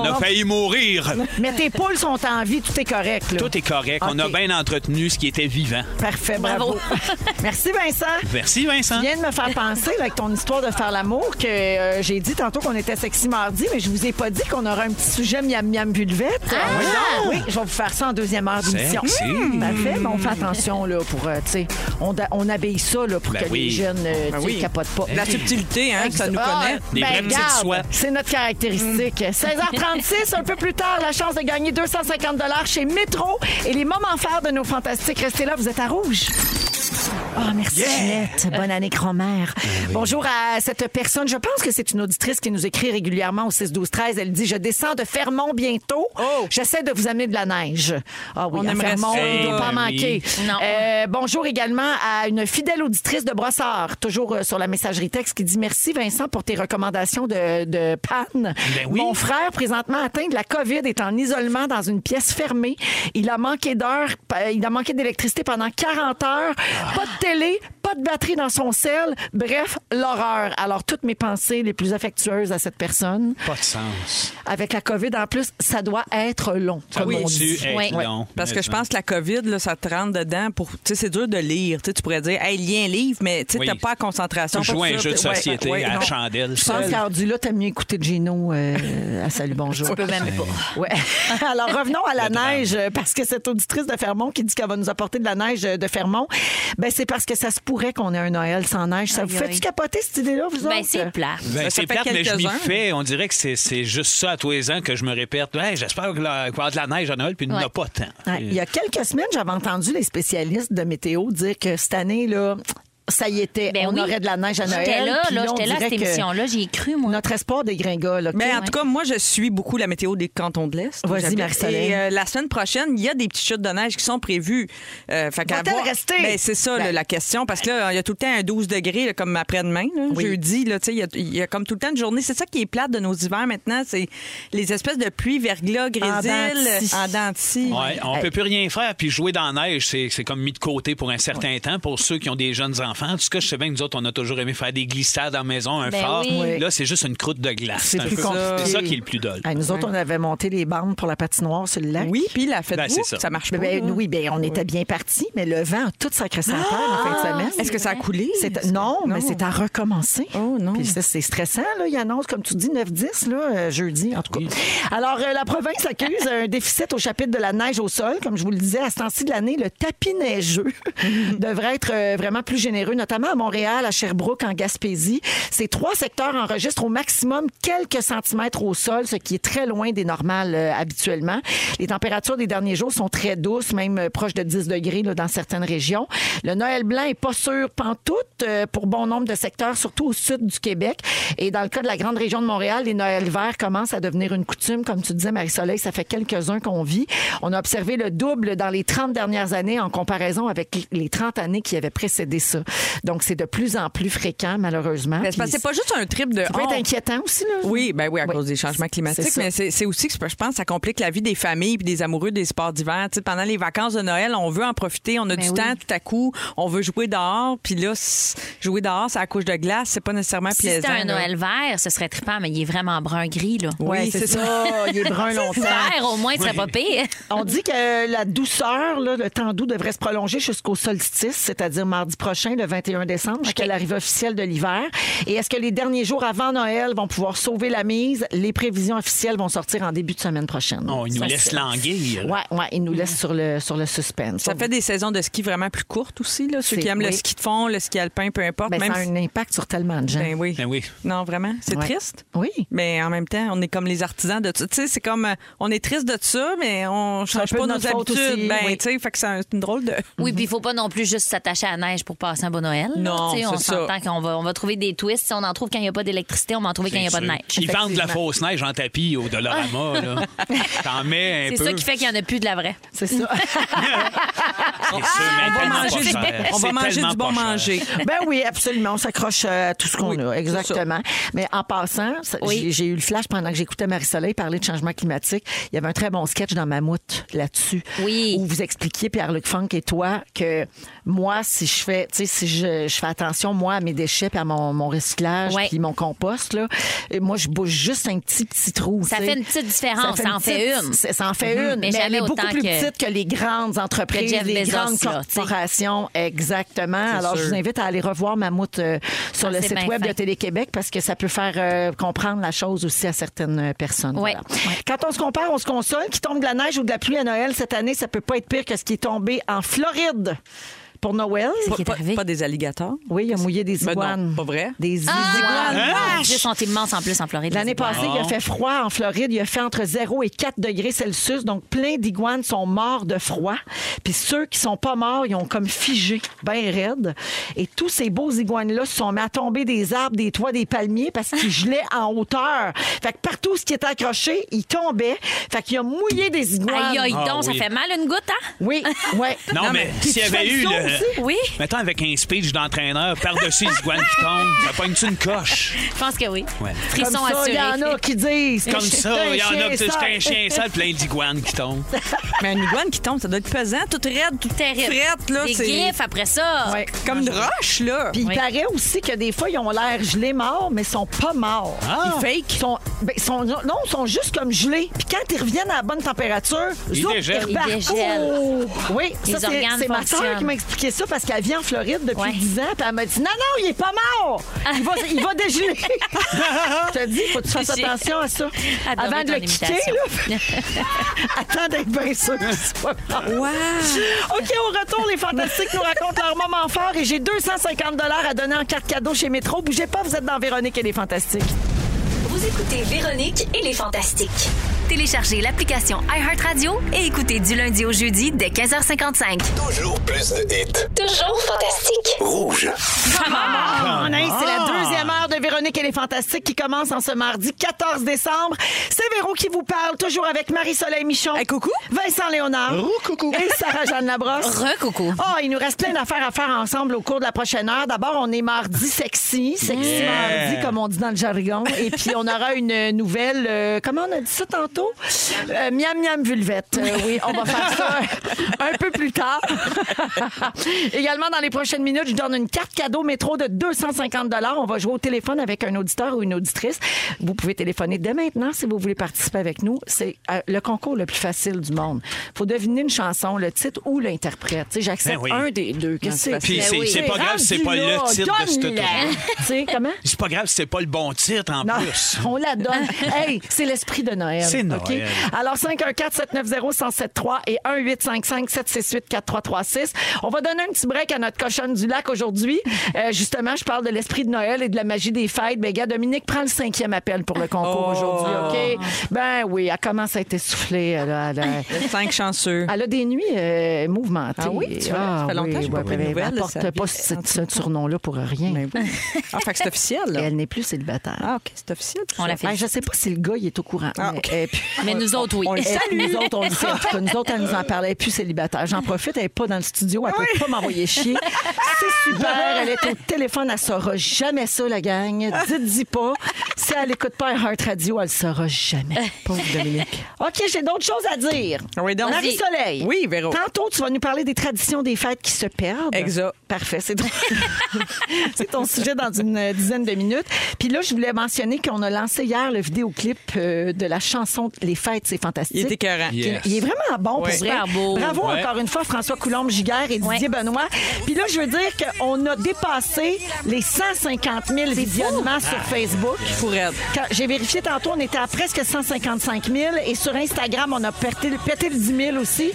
a failli mourir.
Mais tes poules sont en vie, tout est correct. Là.
Tout est correct. On a
OK.
bien entretenu ce qui était vivant.
Parfait, bravo. <laughs> Merci Vincent.
Merci, Vincent.
Tu viens de me faire penser là, avec ton histoire de faire l'amour que euh, j'ai dit tantôt qu'on était sexy mardi, mais je vous ai pas dit qu'on aurait un petit sujet miam miam vulvette. oui, non. Oui, je vais vous faire ça en deuxième heure d'émission.
Ah!
Mmh.
Sexy.
Parfait, mais on fait attention là pour euh, tu sais, on, da- on habille ça là pour
Ben
que
oui. Ben
les jeunes euh, tu sais,
oui.
capotent pas.
La subtilité, hein, ça nous
Ah,
connaît. Mm.
Des vraies petites
garde,
soies.
C'est notre
<laughs>
caractéristique. 16h36, un peu plus tard, la chance de gagner 250 chez Métro et les moments forts de nos fantastiques. Restez là, vous êtes à rouge. Ah, merci Ginette. Bonne année grand-mère.
Ah
Bonjour à cette personne. Je pense que c'est une auditrice qui nous écrit régulièrement au 6-12-13. Elle dit « Je descends de Fermont bientôt.
Oh.
J'essaie de vous amener de la neige. » Ah oui,
On
à
aimerait
Fermont,
ça.
il ne doit pas
Eh
manquer.
oui. Non.
Euh, bonjour également à une fidèle auditrice de Brossard, toujours euh, sur la messagerie texte, qui dit merci Vincent pour tes recommandations de, de panne.
oui.
Mon frère, présentement atteint de la COVID, est en isolement dans une pièce fermée. Il a manqué d'heures, pa- euh, il a manqué d'électricité pendant 40 heures. Pas de télé, pas de batterie dans son sel. Bref, l'horreur. Alors, toutes mes pensées les plus affectueuses à cette personne.
Pas de sens.
Avec la COVID en plus, ça doit être long.
Ça
comme on
va-tu
dit.
être
Oui.
long,
Parce que je
honnêtement?
pense que la COVID, là, ça te rentre dedans pour. Tu sais, c'est dur de lire. Tu sais, tu pourrais dire, hey, lis un livre, mais tu sais,
Oui.
t'as pas la concentration.
Tu joues à un jeu de société à la chandelle.
Je pense
seul.
qu'à rendu là, t'aimes mieux écouter Gino euh, à Salut Bonjour.
Je peux même pas.
<laughs> Ouais. Alors revenons à la
Le drame.
neige euh, parce que cette auditrice de Fermont qui dit qu'elle va nous apporter de la neige euh, de Fermont, ben c'est parce que ça se pourrait qu'on ait un Noël sans neige. Ça vous
Aïe,
fait tu
aïe.
capoter cette idée-là vous
Ben,
autres?
c'est plat.
Ben,
Ça
c'est
fait
plate, mais je m'y
quelques-uns.
fais. On dirait que c'est- c'est juste ça à tous les ans que je me répète. Hey, J'espère que la- qu'il va y avoir de la neige à Noël, puis il n'y en a
Ouais.
pas tant.
Ouais. Il y a quelques semaines, j'avais entendu les spécialistes de météo dire que cette année là, ça y était,
Ben
on
oui.
aurait de la neige à Noël.
J'étais là,
puis
là,
on
j'étais là à
dirait
cette
que
émission-là, j'y ai cru, moi.
Notre espoir des gringolles.
Mais en tout cas, moi, je suis beaucoup la météo des cantons de l'Est.
Vas-y,
J'habite.
Marie-Soleil.
Et euh, la semaine prochaine, il y a des petites chutes de neige qui sont prévues. Euh, fait qu'à
Va-t-elle
voir-
rester?
Ben, c'est ça, là, la question. Parce que là, il y a tout le temps un 12 degrés, là, comme après-demain, là, jeudi. Là, tu sais, il, y a, il y a comme tout le temps une journée. C'est ça qui est plate de nos hivers maintenant. C'est les espèces de pluie, verglas,
dents de
grésil,
scie.
en dents de scie.
Ouais, on peut plus rien faire. Puis jouer dans la neige, c'est c'est comme mis de côté pour un certain temps pour ceux qui ont des jeunes enfants. En tout cas, je sais bien que nous autres, on a toujours aimé faire des glissades en maison, un
Ben
fort.
oui.
Là, c'est juste une croûte de glace.
C'est
un
plus
peu-
compliqué.
C'est ça qui est le plus dole.
Ah, nous autres, on avait monté les bandes pour la patinoire sur le lac.
Oui, puis la fête
Ben, c'est ça.
ça. ça marche pas.
Ben, Hein?
là.
ben,
Ah!
oui, ben, on était bien partis, mais le vent a tout sacré sa terre en fin de semaine.
Est-ce que ça a coulé?
C'est- Non, mais c'est à recommencer.
Oh, non.
Puis ça, c'est stressant, là. Il annonce, comme tu dis, 9-10, là, euh, jeudi, en tout cas. Alors, euh, la province accuse un déficit au chapitre de la
<laughs>
neige au sol. Comme je vous le disais, à ce temps-ci de l'année, le tapis neigeux devrait être euh, vraiment plus généreux dangereux, notamment à Montréal, à Sherbrooke, en Gaspésie. Ces trois secteurs enregistrent au maximum quelques centimètres au sol, ce qui est très loin des normales euh, habituellement. Les températures des derniers jours sont très douces, même euh, proches de 10 degrés là, dans certaines régions. Le Noël blanc est pas sûr pantoute euh, pour bon nombre de secteurs, surtout au sud du Québec. Et dans le cas de la grande région de Montréal, les Noëls verts commencent à devenir une coutume. Comme tu disais, Marie-Soleil, ça fait quelques-uns qu'on vit. On a observé le double dans les 30 dernières années en comparaison avec les 30 années qui avaient précédé ça. Donc, c'est de plus en plus fréquent, malheureusement.
Mais Ben, c'est parce que
Puis
c'est pas juste un trip de
ça peut être
honte.
inquiétant aussi, là.
Oui, ben oui, à
Oui.
cause des changements climatiques,
C'est ça.
mais c'est c'est aussi que je pense que ça complique la vie des familles puis des amoureux des sports d'hiver. Tu sais, pendant les vacances de Noël, on veut en profiter, on a
Ben
du
oui.
temps tout à coup, on veut jouer dehors, puis là, c- jouer dehors, ça couche de glace, c'est pas nécessairement
Si
plaisant.
c'était un
là.
Noël vert, ce serait trippant, mais il est vraiment brun-gris, là.
Oui,
Oui,
c'est
c'est
ça.
ça.
<laughs>
Il est brun longtemps.
Vert, au moins, ce serait pas pire.
On dit que la douceur, là, le temps doux devrait se prolonger jusqu'au solstice, c'est-à-dire mardi prochain, le 21 décembre, jusqu'à l'arrivée officielle de l'hiver. Et est-ce que les derniers jours avant Noël vont pouvoir sauver la mise? Les prévisions officielles vont sortir en début de semaine prochaine.
On Oh, il nous
Ça,
laisse
c'est-
languir.
Ouais, ouais, ils nous laissent sur le, sur le suspense.
Ça fait des saisons de ski vraiment plus courtes aussi, là. Ceux
C'est-
qui aiment le
oui.
ski de fond, le ski alpin, peu importe.
Ben,
même
ça a
si-
un impact sur tellement de gens.
Ben oui.
Ben oui.
Non, vraiment. C'est
Ouais.
triste.
Oui.
Mais en même temps, on est comme les artisans de ça. Tu sais, c'est comme euh, on est triste de ça, mais on change
peu
pas
de
nos
notre faute
habitudes.
aussi,
ben,
oui.
tu sais, fait que c'est un- c'est une drôle de.
Oui, puis il faut pas non plus juste s'attacher à la neige pour passer un bon Noël. là.
Non,
Tu sais, on
c'est ça.
s'entend qu'on va, on va trouver des twists. Si on en trouve quand il n'y a pas d'électricité, on va en trouver quand il n'y a pas de
C'est
neige.
sûr. Ils vendent de la fausse neige en tapis au Dollarama. là. T'en mets un
C'est
peu.
ça qui fait qu'il n'y en a plus de la vraie.
C'est ça.
Ben
C'est sûr, mais
Ah, On va
tellement
manger
pas
du-
cher.
on va
C'est
manger
tellement
du bon
pas cher.
manger.
<laughs> Ben oui, absolument. On s'accroche euh, à tout ce qu'on
Oui,
a.
c'est
Exactement. Mais en passant, ça-
Oui.
j'ai- j'ai eu le flash pendant que j'écoutais Marie-Soleil parler de changement climatique. Il y avait un très bon sketch dans Mammouth là-dessus.
Oui.
Où vous expliquiez, Pierre-Luc Funk et toi, que moi, si je fais, tu sais, si je, je fais attention, moi, à mes déchets, puis à mon, mon recyclage,
Ouais.
puis mon compost, là, et moi, je bouge juste un petit, petit trou.
Ça
tu sais.
fait une petite différence, ça
une
en fait
petite-
une.
c'est- Ça en fait
Mhm.
une.
Mais
Mais, elle
jamais
est beaucoup
autant
plus
que-
petite que les grandes entreprises,
Jeff
les
Bezos,
grandes
là, tu sais.
corporations. Exactement. Alors, je vous invite à aller revoir Mammouth euh, sur
Ah,
le
c'est
site
bien
web
fin.
de Télé-Québec parce que ça peut faire euh, comprendre la chose aussi à certaines euh, personnes.
Ouais.
Voilà. Quand on se compare, on se console. Qui tombe de la neige ou de la pluie à Noël cette année, ça peut pas être pire que ce qui est tombé en Floride pour Noël.
C'est qui est
Pas,
arrivé.
pas des alligators.
Oui, il a mouillé des
Ben non,
iguanes.
pas vrai.
Des iguanes.
Ils Ah, sont immenses en plus en Floride.
L'année
les iguanes.
passée, il a fait froid en Floride. Il a fait entre 0 et 4 degrés Celsius. Donc, plein d'iguanes sont morts de froid. Puis ceux qui sont pas morts, ils ont comme figé, bien raide. Et tous ces beaux iguanes-là se sont mis à tomber des arbres, des toits, des palmiers parce qu'ils gelaient en hauteur. Fait que partout où ce qui était accroché, il tombait. Fait qu'il a mouillé des iguanes.
Aïe, aïe, donc,
Ah,
ça
oui.
fait mal une goutte, hein?
Oui, oui.
Non, mais
puis
s'il y
tu
avait
fais
eu
ça
le-
aussi?
Oui,
Mettons avec un speech d'entraîneur par-dessus les iguanes qui tombent, ça pogne-tu une coche?
je pense que oui.
Ouais.
Comme
Frisson
ça, il
assuré.
y en a qui disent. <laughs>
Comme ça, il y en a,
C'est
c'est
un chien
un chien sale, plein d'iguanes qui <laughs> tombent.
Mais une iguane qui tombe, ça doit être pesant, toute raide, toute
Terrible.
frette, là.
Des
c'est
griffes après ça.
Ouais.
Comme une roche, là.
Puis
Oui.
il paraît aussi que des fois, ils ont l'air gelés morts, mais ils sont pas morts.
Ah!
Ils fake. Sont, ben, ils sont, non, ils sont juste comme gelés. Puis quand ils reviennent à la bonne température,
Ils
zoup,
dégèlent.
ils repartent.
Ils dégèlent.
Oh! Oui,
Les
ça, c'est
organes
c'est ma soeur
fonctionnent.
qui m'a expliqué ça parce qu'elle vit en Floride depuis
Ouais.
10 ans. Puis elle m'a dit Non, non, il est pas mort. Il va, il va
<laughs>
dégeler. Je te dis, faut que tu fasses
J'ai
attention à ça.
adoré
Avant de le
ton
quitter,
imitation.
là, <laughs> attends d'être bien sûr qu'il soit mort.
Wow!
OK, au retour, les Fantastiques nous racontent leur moment fort et j'ai 250 à donner en carte cadeau chez Métro. Bougez pas, vous êtes dans Véronique et les Fantastiques.
Vous écoutez Véronique et les Fantastiques.
Téléchargez l'application iHeartRadio et écoutez du lundi au jeudi dès 15h55.
Toujours plus de hits.
Toujours fantastique.
Rouge.
Ah, On a- C'est la deuxième heure de Véronique et les Fantastiques qui commence en ce mardi 14 décembre. C'est Véro qui vous parle, toujours avec Marie-Soleil Michon.
Hey, coucou.
Vincent Léonard. Et Sarah-Jeanne Labrosse.
Re-coucou.
Ah, il nous reste plein d'affaires à faire ensemble au cours de la prochaine heure. D'abord, on est mardi sexy, sexy
Yeah.
mardi, comme on dit dans le jargon. Et puis, on aura une nouvelle, euh, comment on a dit ça tantôt? Euh, miam miam vulvette. Euh, oui, on va faire ça un peu plus tard. Également, dans les prochaines minutes, je donne une carte cadeau métro de 250 On va jouer au téléphone avec un auditeur ou une auditrice. Vous pouvez téléphoner dès maintenant si vous voulez participer avec nous. C'est euh, le concours le plus facile du monde. faut deviner une chanson, le titre ou l'interprète. Tu sais, J'accepte
Ben oui.
un des deux. Qu'est-ce que
Puis c'est- c'est pas grave si c'est pas
Ben rendu
le
là.
titre de cette
Donne-la.
tournée.
Tu sais, comment?
C'est pas grave si c'est pas le bon titre en
Non,
plus. <laughs>
on la donne. Hey, c'est l'esprit de Noël.
C'est Noël.
OK? Alors, 514-790-1073 et 1-855-768-4336. On va donner un petit break à notre cochonne du lac aujourd'hui. Euh, justement, je parle de l'esprit de Noël et de la magie des fêtes. Ben, gars, Dominique, prends le cinquième appel pour le concours
Oh.
aujourd'hui, OK? Ben oui, elle commence à être essoufflée. Elle a,
<laughs>
elle a-
Cinq chanceux.
elle a des nuits euh, mouvementées.
Ah oui, tu vois, ça fait longtemps que j'ai pas pris de
elle
nouvelles de
porte
sa
pas
vie.
ce, ce surnom-là pour rien.
Mais oui. Ah, fait que c'est officiel,
Et <laughs>
là.
elle n'est plus célibataire.
Ah, OK, c'est officiel. tout
On
ça.
l'a
Ben,
fait.
je sais pas si le gars il est au courant.
Ah,
mais-
OK.
et puis-
Mais nous autres, oui.
on le
Et puis, nous autres, on le sait. En tout cas, nous autres, elle nous en parlait. Elle est plus célibataire. J'en profite, elle n'est pas dans le studio. Elle ne peut pas m'envoyer chier. C'est super. Elle est au téléphone. Elle ne saura jamais ça, la gang. Dites-y pas. Si elle n'écoute pas Heart Radio, elle ne saura jamais. <laughs> Pauvre Dominique. OK, j'ai d'autres choses à dire.
Oui, donc.
Marie-Soleil.
Oui, Véro.
Tantôt, tu vas nous parler des traditions des fêtes qui se perdent.
Exact.
Parfait. C'est ton... <laughs> c'est ton sujet dans une euh, dizaine de minutes. Puis là, je voulais mentionner qu'on a lancé hier le vidéoclip euh, de la chanson Les fêtes, c'est fantastique.
Il est écœurant.
Yeah. Yes.
Il est vraiment bon
Ouais.
pour vrai.
Super beau.
Bravo
Ouais.
encore une fois François Coulombe Giguère et Didier Benoît. Puis là, je veux dire qu'on a dépassé les 150 000 visionnements
Ah.
sur Facebook.
Fourette.
Quand j'ai vérifié tantôt, on était à presque 155 000 et sur Instagram, on a pété, pété le 10 000 aussi.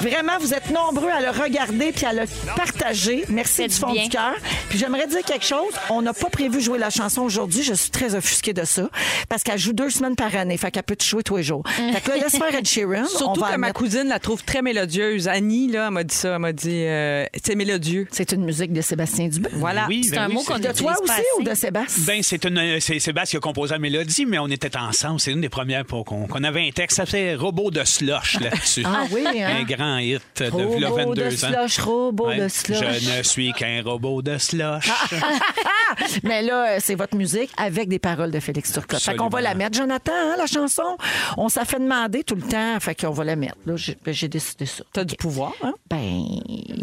Vraiment, vous êtes nombreux à le regarder puis à le partager. Merci
Faites
du fond
bien.
du cœur. Puis j'aimerais dire quelque chose. On n'a pas prévu jouer la chanson aujourd'hui. Je suis très offusquée de ça parce qu'elle joue deux semaines par année. Fait qu'elle peut te jouer tous les jours. Fait que là, laisse faire Ed <laughs> Sheeran. on
Surtout
va
que
la
ma
mettre.
cousine la trouve très mélodieuse. Annie, là, elle m'a dit ça. Elle m'a dit, euh, c'est mélodieux.
C'est une musique de Sébastien Dubé.
Voilà.
Oui,
C'est
ben
un
oui,
mot
c'est-
qu'on
De toi
n'utilise pas
aussi
assez.
ou de Sébastien?
Ben, c'est une, euh, c'est Sébastien qui a composé la mélodie, mais on était ensemble. C'est une des premières pour qu'on qu'on avait un texte. Ça fait Robot de slush là-dessus.
Ah oui, hein?
Un grand hit de v'là
Robot
22
de
ans.
slush, robot
Ouais.
de slush.
Je ne suis qu'un robot de slush.
<laughs> Mais là, euh, c'est votre musique avec des paroles de Félix Turcotte. Fait qu'on va
Absolument.
la mettre, Jonathan, hein, la chanson. On s'en fait demander tout le temps. Fait qu'on va la mettre. Là, j'ai ben, j'ai décidé ça.
T'as du pouvoir, hein?
Ben.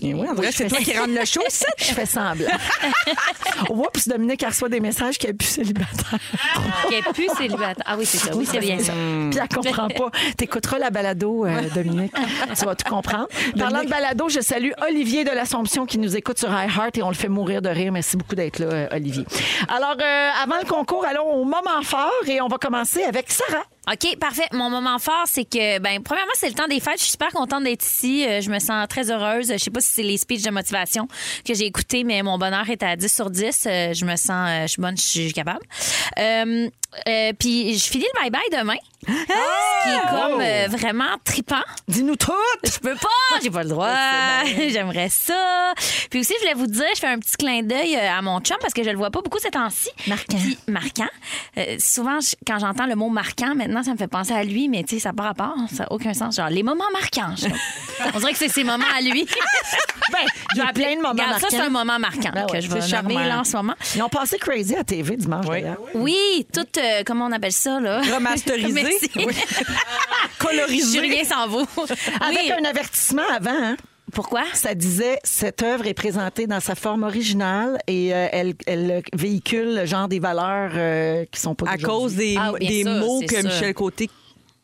Eh oui, on dirait que c'est toi qui rentre le show, ça.
<laughs> Je fais semblant. Oups, Dominique elle reçoit des messages qu'elle est plus célibataire.
Qui est plus célibataire. Ah oui, c'est ça. Oui, c'est bien ça.
Puis elle comprend pas. T'écouteras la balado, euh, Dominique. <laughs> tu vas tout comprendre. Parlant de balado, je salue Olivier de l'Assomption qui nous écoute sur iHeart et on le fait mourir de rire. Merci beaucoup d'être là, euh, Olivier. Alors, euh, avant le concours, allons au moment fort et on va commencer avec Sarah.
OK, parfait. Mon moment fort, c'est que, ben, premièrement, c'est le temps des fêtes. Je suis super contente d'être ici. Euh, je me sens très heureuse. Je sais pas si c'est les speeches de motivation que j'ai écoutés, mais mon bonheur est à 10 sur 10. Euh, je me sens, euh, je suis bonne, je suis capable. Euh, euh, puis je finis le bye-bye demain, ce qui est comme euh, vraiment tripant.
Dis-nous tout!
Je peux pas,
Ah,
j'ai pas le droit. <laughs>
ben,
J'aimerais ça. Puis aussi, je voulais vous dire, je fais un petit clin d'œil euh, à mon chum parce que je le vois pas beaucoup ces temps-ci.
Marquant.
Puis, marquant. Euh, souvent, je- quand j'entends le mot marquant, maintenant, ça me fait penser à lui, mais tu sais, ça part à part, ça n'a aucun sens. Genre, les moments marquants. je- On dirait que c'est ses moments à lui.
<laughs> Ben, il y a plein de moments
Regarde, ça,
marquants.
c'est un moment marquant
Ben ouais,
Ah, que je
c'est
vais nommer
charmant.
là en ce moment.
Ils ont passé Crazy à TV dimanche, d'ailleurs.
Oui, tout, euh, comment on appelle ça, là?
<laughs> Remasterisé.
<laughs> Merci.
<laughs>
Oui.
Je
Colorisé.
rien sans vous.
Avec
Oui.
un avertissement avant, hein.
Pourquoi?
Ça disait cette œuvre est présentée dans sa forme originale et euh, elle, elle véhicule genre des valeurs euh, qui sont pas
À
d'aujourd'hui.
cause des,
Ah, bien
des
sûr,
mots
c'est
que
sûr.
Michel Côté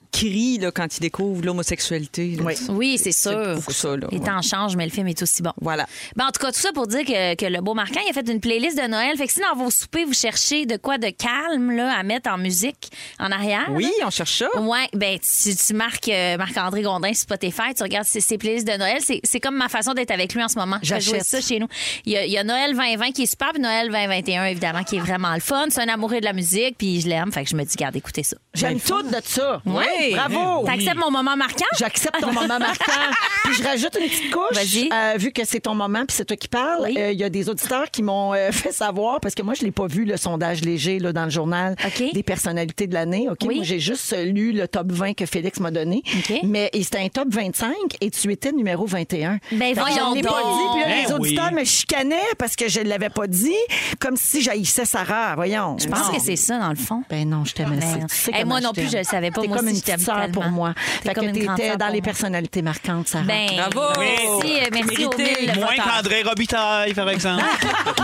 crie là, quand il découvre l'homosexualité. là.
Oui.
Oui, c'est
C'est
sûr.
beaucoup ça, là,
Les
ouais.
temps changent, mais le film est aussi bon.
Voilà.
Ben, en tout cas, tout ça pour dire que, que le beau marquant, il a fait une playlist de Noël. Fait que si dans vos soupers, vous cherchez de quoi de calme là, à mettre en musique en
Ah,
arrière.
Oui, on cherche ça.
Ouais, ben tu, tu marques euh, Marc-André Gondin sur Spotify, tu regardes ses, ses playlists de Noël, c'est c'est comme ma façon d'être avec lui en ce moment. Je vais jouer
J'achète.
ça chez nous. Il y a, il y a Noël 2020 qui est super, puis Noël 2021 évidemment qui est vraiment le fun. C'est un amoureux de la musique, puis je l'aime, fait que je me dis garde, écoutez ça.
J'aime tout de ça.
Ouais.
Oh,
Bravo.
T'acceptes mon moment marquant <laughs>
J'accepte ton moment marquant. Puis je rajoute une petite couche.
Vas-y.
Euh, vu que c'est ton moment, puis c'est toi qui parles, euh,
Oui.
il y a des auditeurs qui m'ont euh, <laughs> fait savoir, parce que moi, je l'ai pas vu, le sondage léger là, dans le journal
OK.
des personnalités de l'année. Ok,
Oui.
Moi, j'ai juste euh, lu le top 20 que Félix m'a donné.
OK.
Mais et c'était un top 25 et tu étais numéro 21.
Ben,
Fait que je
voyons
l'ai pas
donc.
dit. Puis là,
Ben
les auditeurs
oui.
me chicanaient parce que je ne l'avais pas dit, comme si j'haïssais Sarah. Voyons.
Je pense que c'est ça dans le fond.
Ben non, je t'aimais.
Ben,
c'est- tu sais
hey,
comment
moi non plus,
t'aime.
je le savais pas.
T'es
Moi
comme
aussi,
une
je t'aime
petite sœur pour
tellement.
moi.
T'es
Fait que
comme une grande
t'étais
sœur
dans
pour
les
moi.
personnalités marquantes, Sarah.
Ben,
Bravo.
Merci, euh, merci au
Mérité.
mille
Moins
voteurs.
qu'André Robitaille, par exemple.
<laughs>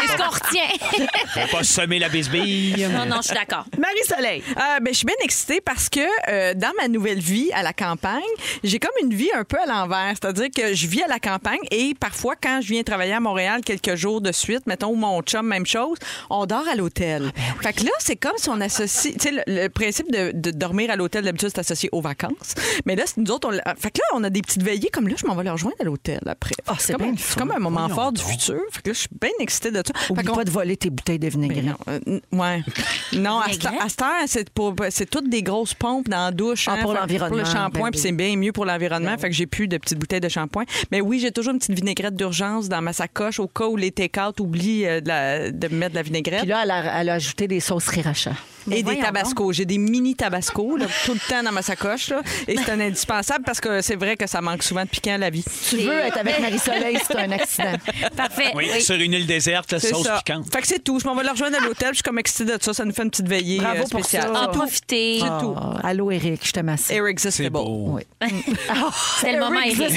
C'est ce qu'on retient.
Faut pas semer la bisbille.
non, non, je suis d'accord.
Marie-Soleil.
Euh, ben, je suis bien excitée parce que euh, dans ma nouvelle vie à la campagne, j'ai comme une vie un peu à l'envers. C'est-à-dire que je vis à la campagne et parfois, quand je viens travailler à Montréal quelques
Ah, ben
jours de suite, mettons, ou mon chum, même chose, on dort à l'hôtel. Fait que là, c'est comme si on associe. Tu sais, tu sais, le, le principe de, de dormir à l'hôtel, d'habitude, c'est associé aux vacances. Mais là, c'est nous autres, on, l'a- fait que là, on a des petites veillées comme là, je m'en vais les rejoindre à l'hôtel après.
Ah, c'est
comme,
bien
un-
le
c'est
fun.
comme un moment
Voyons
fort du
donc.
futur. Fait que là, je suis bien excitée de ça. Fait
Oublie
qu'on-
pas de voler tes bouteilles de
Ben
Mais
vinaigre.
non, euh, n- ouais.
<laughs>
Non, à cette
Vinaigrette?
à cette heure, c'est pour- c'est toutes des grosses pompes dans la douche. hein,
Ah, pour
Fait-
l'environnement,
Pour le shampoing,
ben
puis
oui. Ben
c'est bien mieux pour l'environnement. Fait que j'ai plus de petites bouteilles de shampoing. Mais oui, j'ai toujours une petite vinaigrette d'urgence dans ma sacoche au cas où les take-out oublient euh, de, la- de mettre de la vinaigrette.
Puis là, elle a, elle a ajouté des sauces Riracha.
Et des tabascos. J'ai des mini tabascos là, tout le temps dans ma sacoche. là. Et c'est un indispensable parce que c'est vrai que ça manque souvent de piquant à la vie.
Tu veux être avec Marie-Soleil,
<laughs>
c'est un accident.
Parfait.
Oui,
Oui.
sur une île déserte, la
C'est
sauce
ça.
piquante.
Fait que c'est tout. Je m'en vais le rejoindre à l'hôtel. Je suis comme excitée de ça. Ça nous fait une petite veillée
Bravo
euh,
pour
spéciale.
ça.
En profiter.
C'est tout.
Ah, allô, Eric, je te masse.
Eric
C'est
Zistable.
beau.
Oui.
<laughs> C'est le moment, Eric.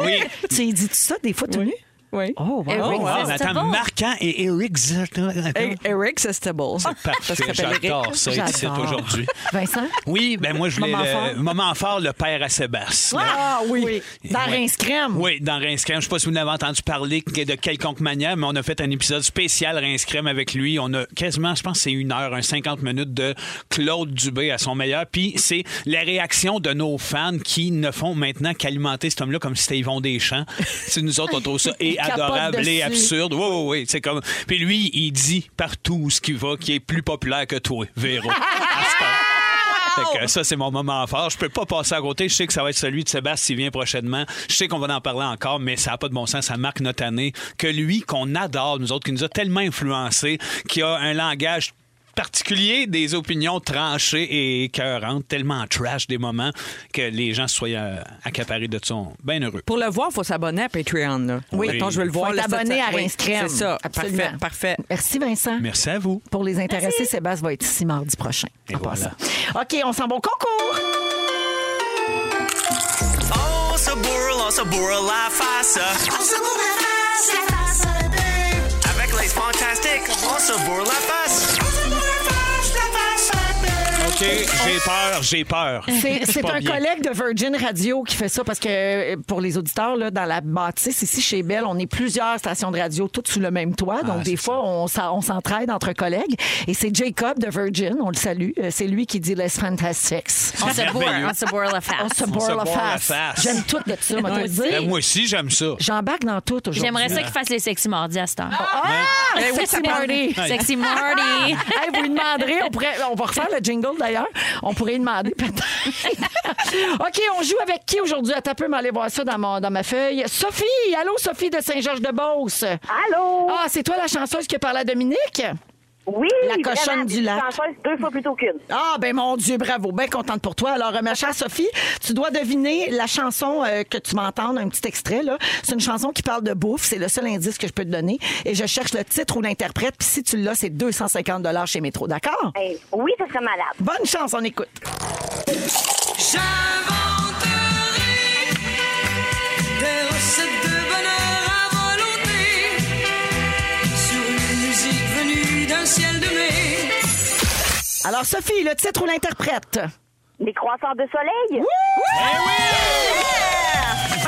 Oui.
Tu y dis-tu ça des fois tout nu?
Oui.
Oh, wow.
Eric.
Wow,
Euh, C'est
Nathan,
bon.
marquant et Eric Zertner.
E- Eric Zistable.
Parfait, j'adore ça, être ici
Hein? J'adore.
aujourd'hui.
Vincent?
Oui, ben moi, je voulais
Moment
le
fort.
moment fort, le père à Sébastien.
Ah oui. Dans
Ouais.
Rince Crème.
Oui, dans Rince Crème. Je ne sais pas si vous n'avez entendu parler que- de quelconque manière, mais on a fait un épisode spécial Rince Crème avec lui. On a quasiment, je pense, que c'est une heure, un 50 minutes de Claude Dubé à son meilleur. Puis c'est la réaction de nos fans qui ne font maintenant qu'alimenter cet homme-là comme si c'était Yvon Deschamps. C'est nous autres, on
<laughs>
trouve ça et
Capote
adorable
dessus.
et absurde. Oui, oui, oui. C'est comme. Puis lui, il dit partout ce qui va, qui est plus populaire que toi, Véro. À cette heure. Fait que ça, c'est mon moment fort. Je peux pas passer à côté. Je sais que ça va être celui de Sébastien s'il vient prochainement. Je sais qu'on va en parler encore, mais ça n'a pas de bon sens. Ça marque notre année. Que lui, qu'on adore, nous autres, qui nous a tellement influencés, qui a un langage particulier, des opinions tranchées et écœurantes, tellement trash des moments que les gens se soient euh, accaparés de son. Bien heureux.
Pour le voir, il faut s'abonner à Patreon. là.
Oui.
Mettons, je veux le
Faut
voir.
être
là, cette-
abonné à
oui,
Rince Crème.
C'est ça.
Absolument.
Parfait, parfait.
Merci, Vincent.
Merci à vous.
Pour les intéressés, Sébastien va être ici mardi prochain.
Et
en
voilà.
passant. OK, on s'en va au concours.
On se bourre, on se bourre oh, la face.
On se bourre la face, la face à la bœuf.
Avec les fantastiques, on se bourre la face.
On se bourre la face, la face à la bœuf.
OK, j'ai peur, j'ai peur.
C'est
<laughs> Je suis
c'est
pas
un
bien.
collègue de Virgin Radio qui fait ça parce que euh, pour les auditeurs, là, dans la bâtisse ici chez Belle, on est plusieurs stations de radio toutes sous le même toit. Donc,
Ah,
des
c'est
fois, on, s'en- on s'entraide entre collègues. Et c'est Jacob de Virgin, on le salue. Euh, C'est lui qui dit Les Fantastics.
On se bourre, on se bourre la face.
On se bourre
se
la
bourre la
face.
face.
J'aime tout de ça, moi, te le dire.
Ben, moi aussi, j'aime ça.
J'embarque dans tout aujourd'hui.
J'aimerais ça qu'il fasse les sexy mardis à cette heure.
Ah,
Ben oui,
sexy
ça parle.
party.
Sexy Marty.
Hey, vous lui demanderez, on, pourrait, on va refaire le jingle d'ailleurs. On pourrait lui demander peut-être. <laughs> OK, on joue avec qui aujourd'hui? Attends un peu, mais allez voir ça dans, mon- dans ma feuille. Sophie! Allô, Sophie de Saint-Georges-de-Beauce.
Allô?
Ah, c'est toi la chanceuse qui parle à Dominique?
oui,
la
vraiment,
cochonne du
une
lac.
chanceuse deux fois plus tôt qu'une.
Ah, ben mon Dieu, bravo. Bien contente pour toi. Alors, euh, ma chère Sophie, tu dois deviner la chanson euh, que tu vas entendre, un petit extrait. là. C'est une chanson qui parle de bouffe. C'est le seul indice que je peux te donner. Et je cherche le titre ou l'interprète. Puis si tu l'as, c'est 250 chez Métro. D'accord?
Hey, oui, ça serait malade.
Bonne chance, on écoute. Alors, Sophie, le titre ou l'interprète? Eh
Les croissants de soleil?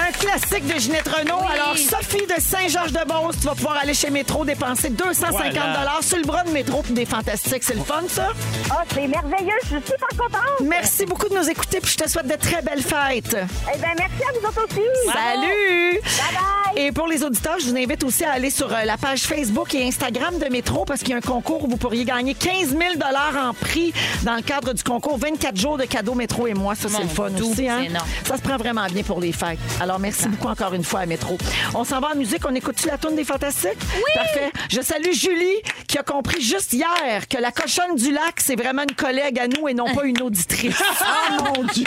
Un classique de Ginette Renault. Alors, Sophie de Saint-Georges-de-Beauce, tu vas pouvoir aller chez Métro dépenser 250
Voilà.
sur le bras de Métro pour des fantastiques. C'est le fun, ça?
Ah, c'est merveilleux, je suis super contente.
Merci beaucoup de nous écouter puis je te souhaite de très belles fêtes.
Eh bien, merci à vous autres aussi.
Salut!
Bye-bye.
Et pour les auditeurs, je vous invite aussi à aller sur euh, la page Facebook et Instagram de Métro parce qu'il y a un concours où vous pourriez gagner 15 000 en prix dans le cadre du concours 24 jours de cadeaux Métro et moi. Ça, c'est
Mon
le fun
doux,
aussi. Hein?
c'est énorme.
Ça se prend vraiment bien pour les fêtes. Alors, merci beaucoup encore une fois à Métro. On s'en va en musique. On écoute-tu la tourne des Fantastiques? Oui! Parfait. Je salue Julie qui a compris juste hier que la cochonne du lac, c'est vraiment une collègue à nous et non pas une <laughs> auditrice. oh mon Dieu!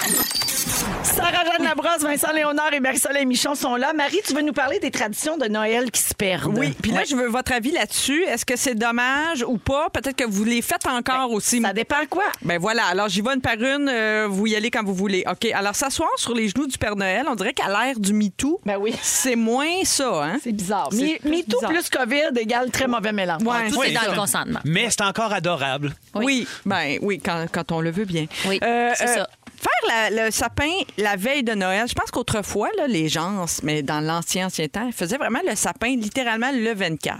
Sarah-Jeanne Labrosse, Vincent Léonard et Marie-Soleil Michon sont là. Marie, tu veux nous parler des traditions de Noël qui se perdent?
Oui, puis là, je veux votre avis là-dessus. Est-ce que c'est dommage ou pas? Peut-être que vous les faites encore aussi.
Ça dépend quoi?
Ben voilà, alors j'y vais une par une, euh, vous y allez quand vous voulez. OK, alors s'asseoir sur les genoux du Père Noël, on dirait qu'à l'ère du MeToo,
Ben oui.
c'est moins ça, hein?
C'est bizarre.
C'est
Me-
plus
MeToo
bizarre.
plus COVID égale très mauvais mélange.
Ouais.
Tout
Oui,
est dans
ça.
le consentement.
Mais c'est
<laughs>
encore adorable.
Oui. ben oui, quand, quand on le veut bien. Euh,
Oui, c'est ça.
Faire la- le sapin la veille de Noël, je pense qu'autrefois, là, les gens, mais dans l'ancien ancien temps, ils faisaient vraiment le sapin littéralement le 24.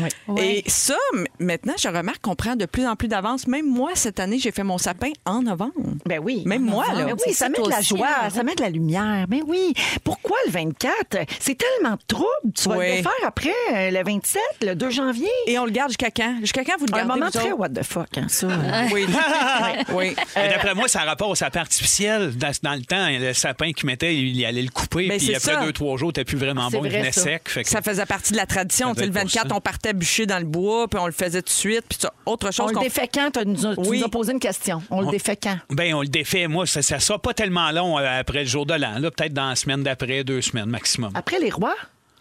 Oui.
Ouais.
Et ça, m- maintenant, je remarque qu'on prend de plus en plus d'avance. Même moi, cette année, j'ai fait mon sapin en novembre.
Ben oui.
Même moi,
Ah,
là.
ben
C'est
oui, ça
ça,
met
toi
de la
aussi,
joie,
là.
ça met de la lumière. Mais oui. Pourquoi le 24? C'est tellement de troubles. Tu vas
Oui.
le faire après euh, le 27, le 2 janvier.
Et on le garde jusqu'à quand? Jusqu'à quand vous le
Un
gardez?
moment
vous
très
autres?
what the fuck, hein, ça. hein. <laughs>
Oui.
Ah,
oui.
Mais Euh, D'après moi, ça a rapport au sapin artificiel. Dans, dans le temps, le sapin qu'il mettait, il allait le couper.
Mais
puis
c'est
après
ça.
deux, trois jours, t'es plus vraiment
Ben, C'est
bon, il
vrai,
venait
ça.
sec. Fait que-
Ça faisait partie de la tradition.
Ça
Tu sais, le
doit être pour
24,
ça.
on partait bûcher dans le bois, puis on le faisait tout de suite, puis tu- autre
On
chose
le
qu'on
défait quand? Tu nous as, tu
Oui.
nous as posé une question. On le
On-
défait quand?
Ben, on le défait. Moi, ça ne sera pas tellement long euh, après le jour de l'an. Là, Peut-être dans la semaine d'après, deux semaines maximum.
Après les rois?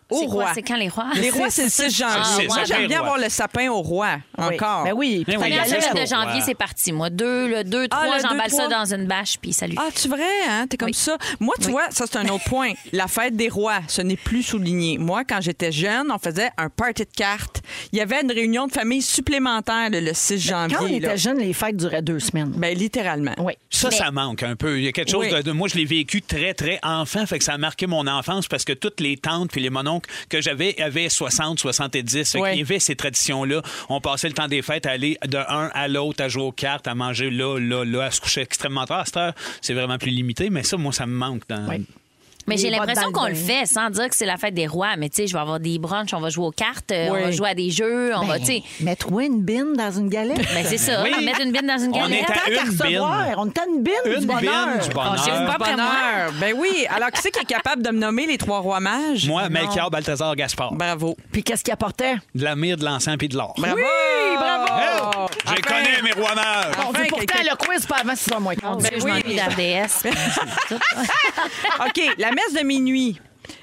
au
C'est quoi?
roi.
C'est quand les rois?
Les rois, c'est le 6 janvier.
Ah, c'est
Moi,
ça,
j'aime
les
bien
rois.
avoir le sapin au roi, encore.
Ben oui. puis t'as la
Ben oui.
Première
il y a
semaine
le
de
jour,
janvier,
ouais.
c'est parti. Moi, deux, le 2,
Ah,
3,
le deux,
j'emballe ça
trois.
dans une bâche, puis salut.
Ah, tu vrai, hein? T'es comme
Oui.
ça. Moi, tu vois, ça, c'est un autre point. La fête des rois, ce n'est plus souligné. Moi, quand j'étais jeune, on faisait un party de cartes. Il y avait une réunion de famille supplémentaire le, le 6 janvier.
Quand
Ben,
on
là.
était jeunes, les fêtes duraient deux semaines.
Ben, littéralement.
Oui.
Ça, ça manque un peu. Il y a quelque chose
Oui.
de, de- Moi, je l'ai vécu très, très enfant. Fait que ça a marqué mon enfance parce que toutes les tantes puis les mononcles que j'avais avaient 60, 70. Fait
Oui.
qu'il y avait ces traditions-là. On passait le temps des fêtes à aller de un à l'autre, à jouer aux cartes, à manger là, là, là, à se coucher extrêmement tard. À cette heure, c'est vraiment plus limité. Mais ça, moi, ça me manque. Dans...
Oui.
Mais j'ai
Les bottes
l'impression
dans
qu'on
le
le
bain.
fait sans dire que c'est la fête des rois. Mais tu sais, je vais avoir des brunchs, on va jouer aux cartes, euh,
Oui.
on va jouer à des jeux, on va,
Ben,
tu sais.
Mets-toi une bine dans une galette.
Ben, c'est ça,
Oui.
mettre une bine dans une
On
galette.
est à-
Tant qu'à
une
recevoir,
bine.
on t'a une bine du
Une
bonheur.
bine du bonheur.
Ah, j'ai pas après
Bonheur. Ben oui. Alors, qui c'est qui est capable de me nommer les trois rois mages?
Moi, Melchior, Balthazar, Gaspard.
Bravo.
Puis qu'est-ce qu'il apportait?
De la mire, de l'encens puis de l'or.
Bravo. Ben- Oui, Oh! bravo.
J'ai connu mes rois mages.
On veut pourtant le quiz, pas avant 6 mois
Ah,
moins
Ah,
quart.
ben,
ben
Mon Dieu, je
oui.
m'ennuie d'RDS.
OK, la messe de minuit.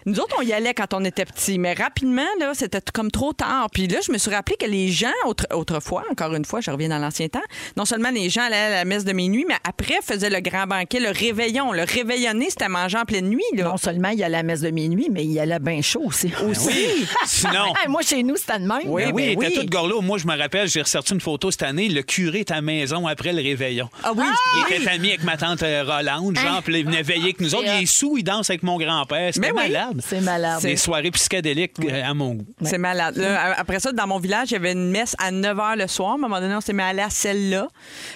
Nous autres, on y allait quand on était petits, mais rapidement, là, c'était comme trop tard. Puis là, je me suis rappelé que les gens, autre- autrefois, encore une fois, je reviens dans l'ancien temps, non seulement les gens allaient à la messe de minuit, mais après faisaient le grand banquet, le réveillon. Le réveillonné, c'était manger en pleine nuit, là.
Non seulement il y a la messe de minuit, mais il y a la bain chaud aussi. Ah
Oui. Sinon.
Hey, Moi, chez nous, c'était de même. Eh
Ben oui,
ben
il était
oui.
tout gorlot. Moi, je me rappelle, j'ai ressorti une photo cette année. Le curé était à la maison après le réveillon.
Ah oui, Hein?
Il était ami avec ma tante euh, Rolande, genre, puis il venait veiller avec nous autres. Il est sous, il danse avec mon grand-père. C'était
Ben oui.
malade.
C'est malade.
Des soirées psychédéliques euh, à mon goût.
C'est malade. Là, après ça, dans mon village, il y avait une messe à 9 h le soir. À un moment donné, on s'est mis à aller à celle-là.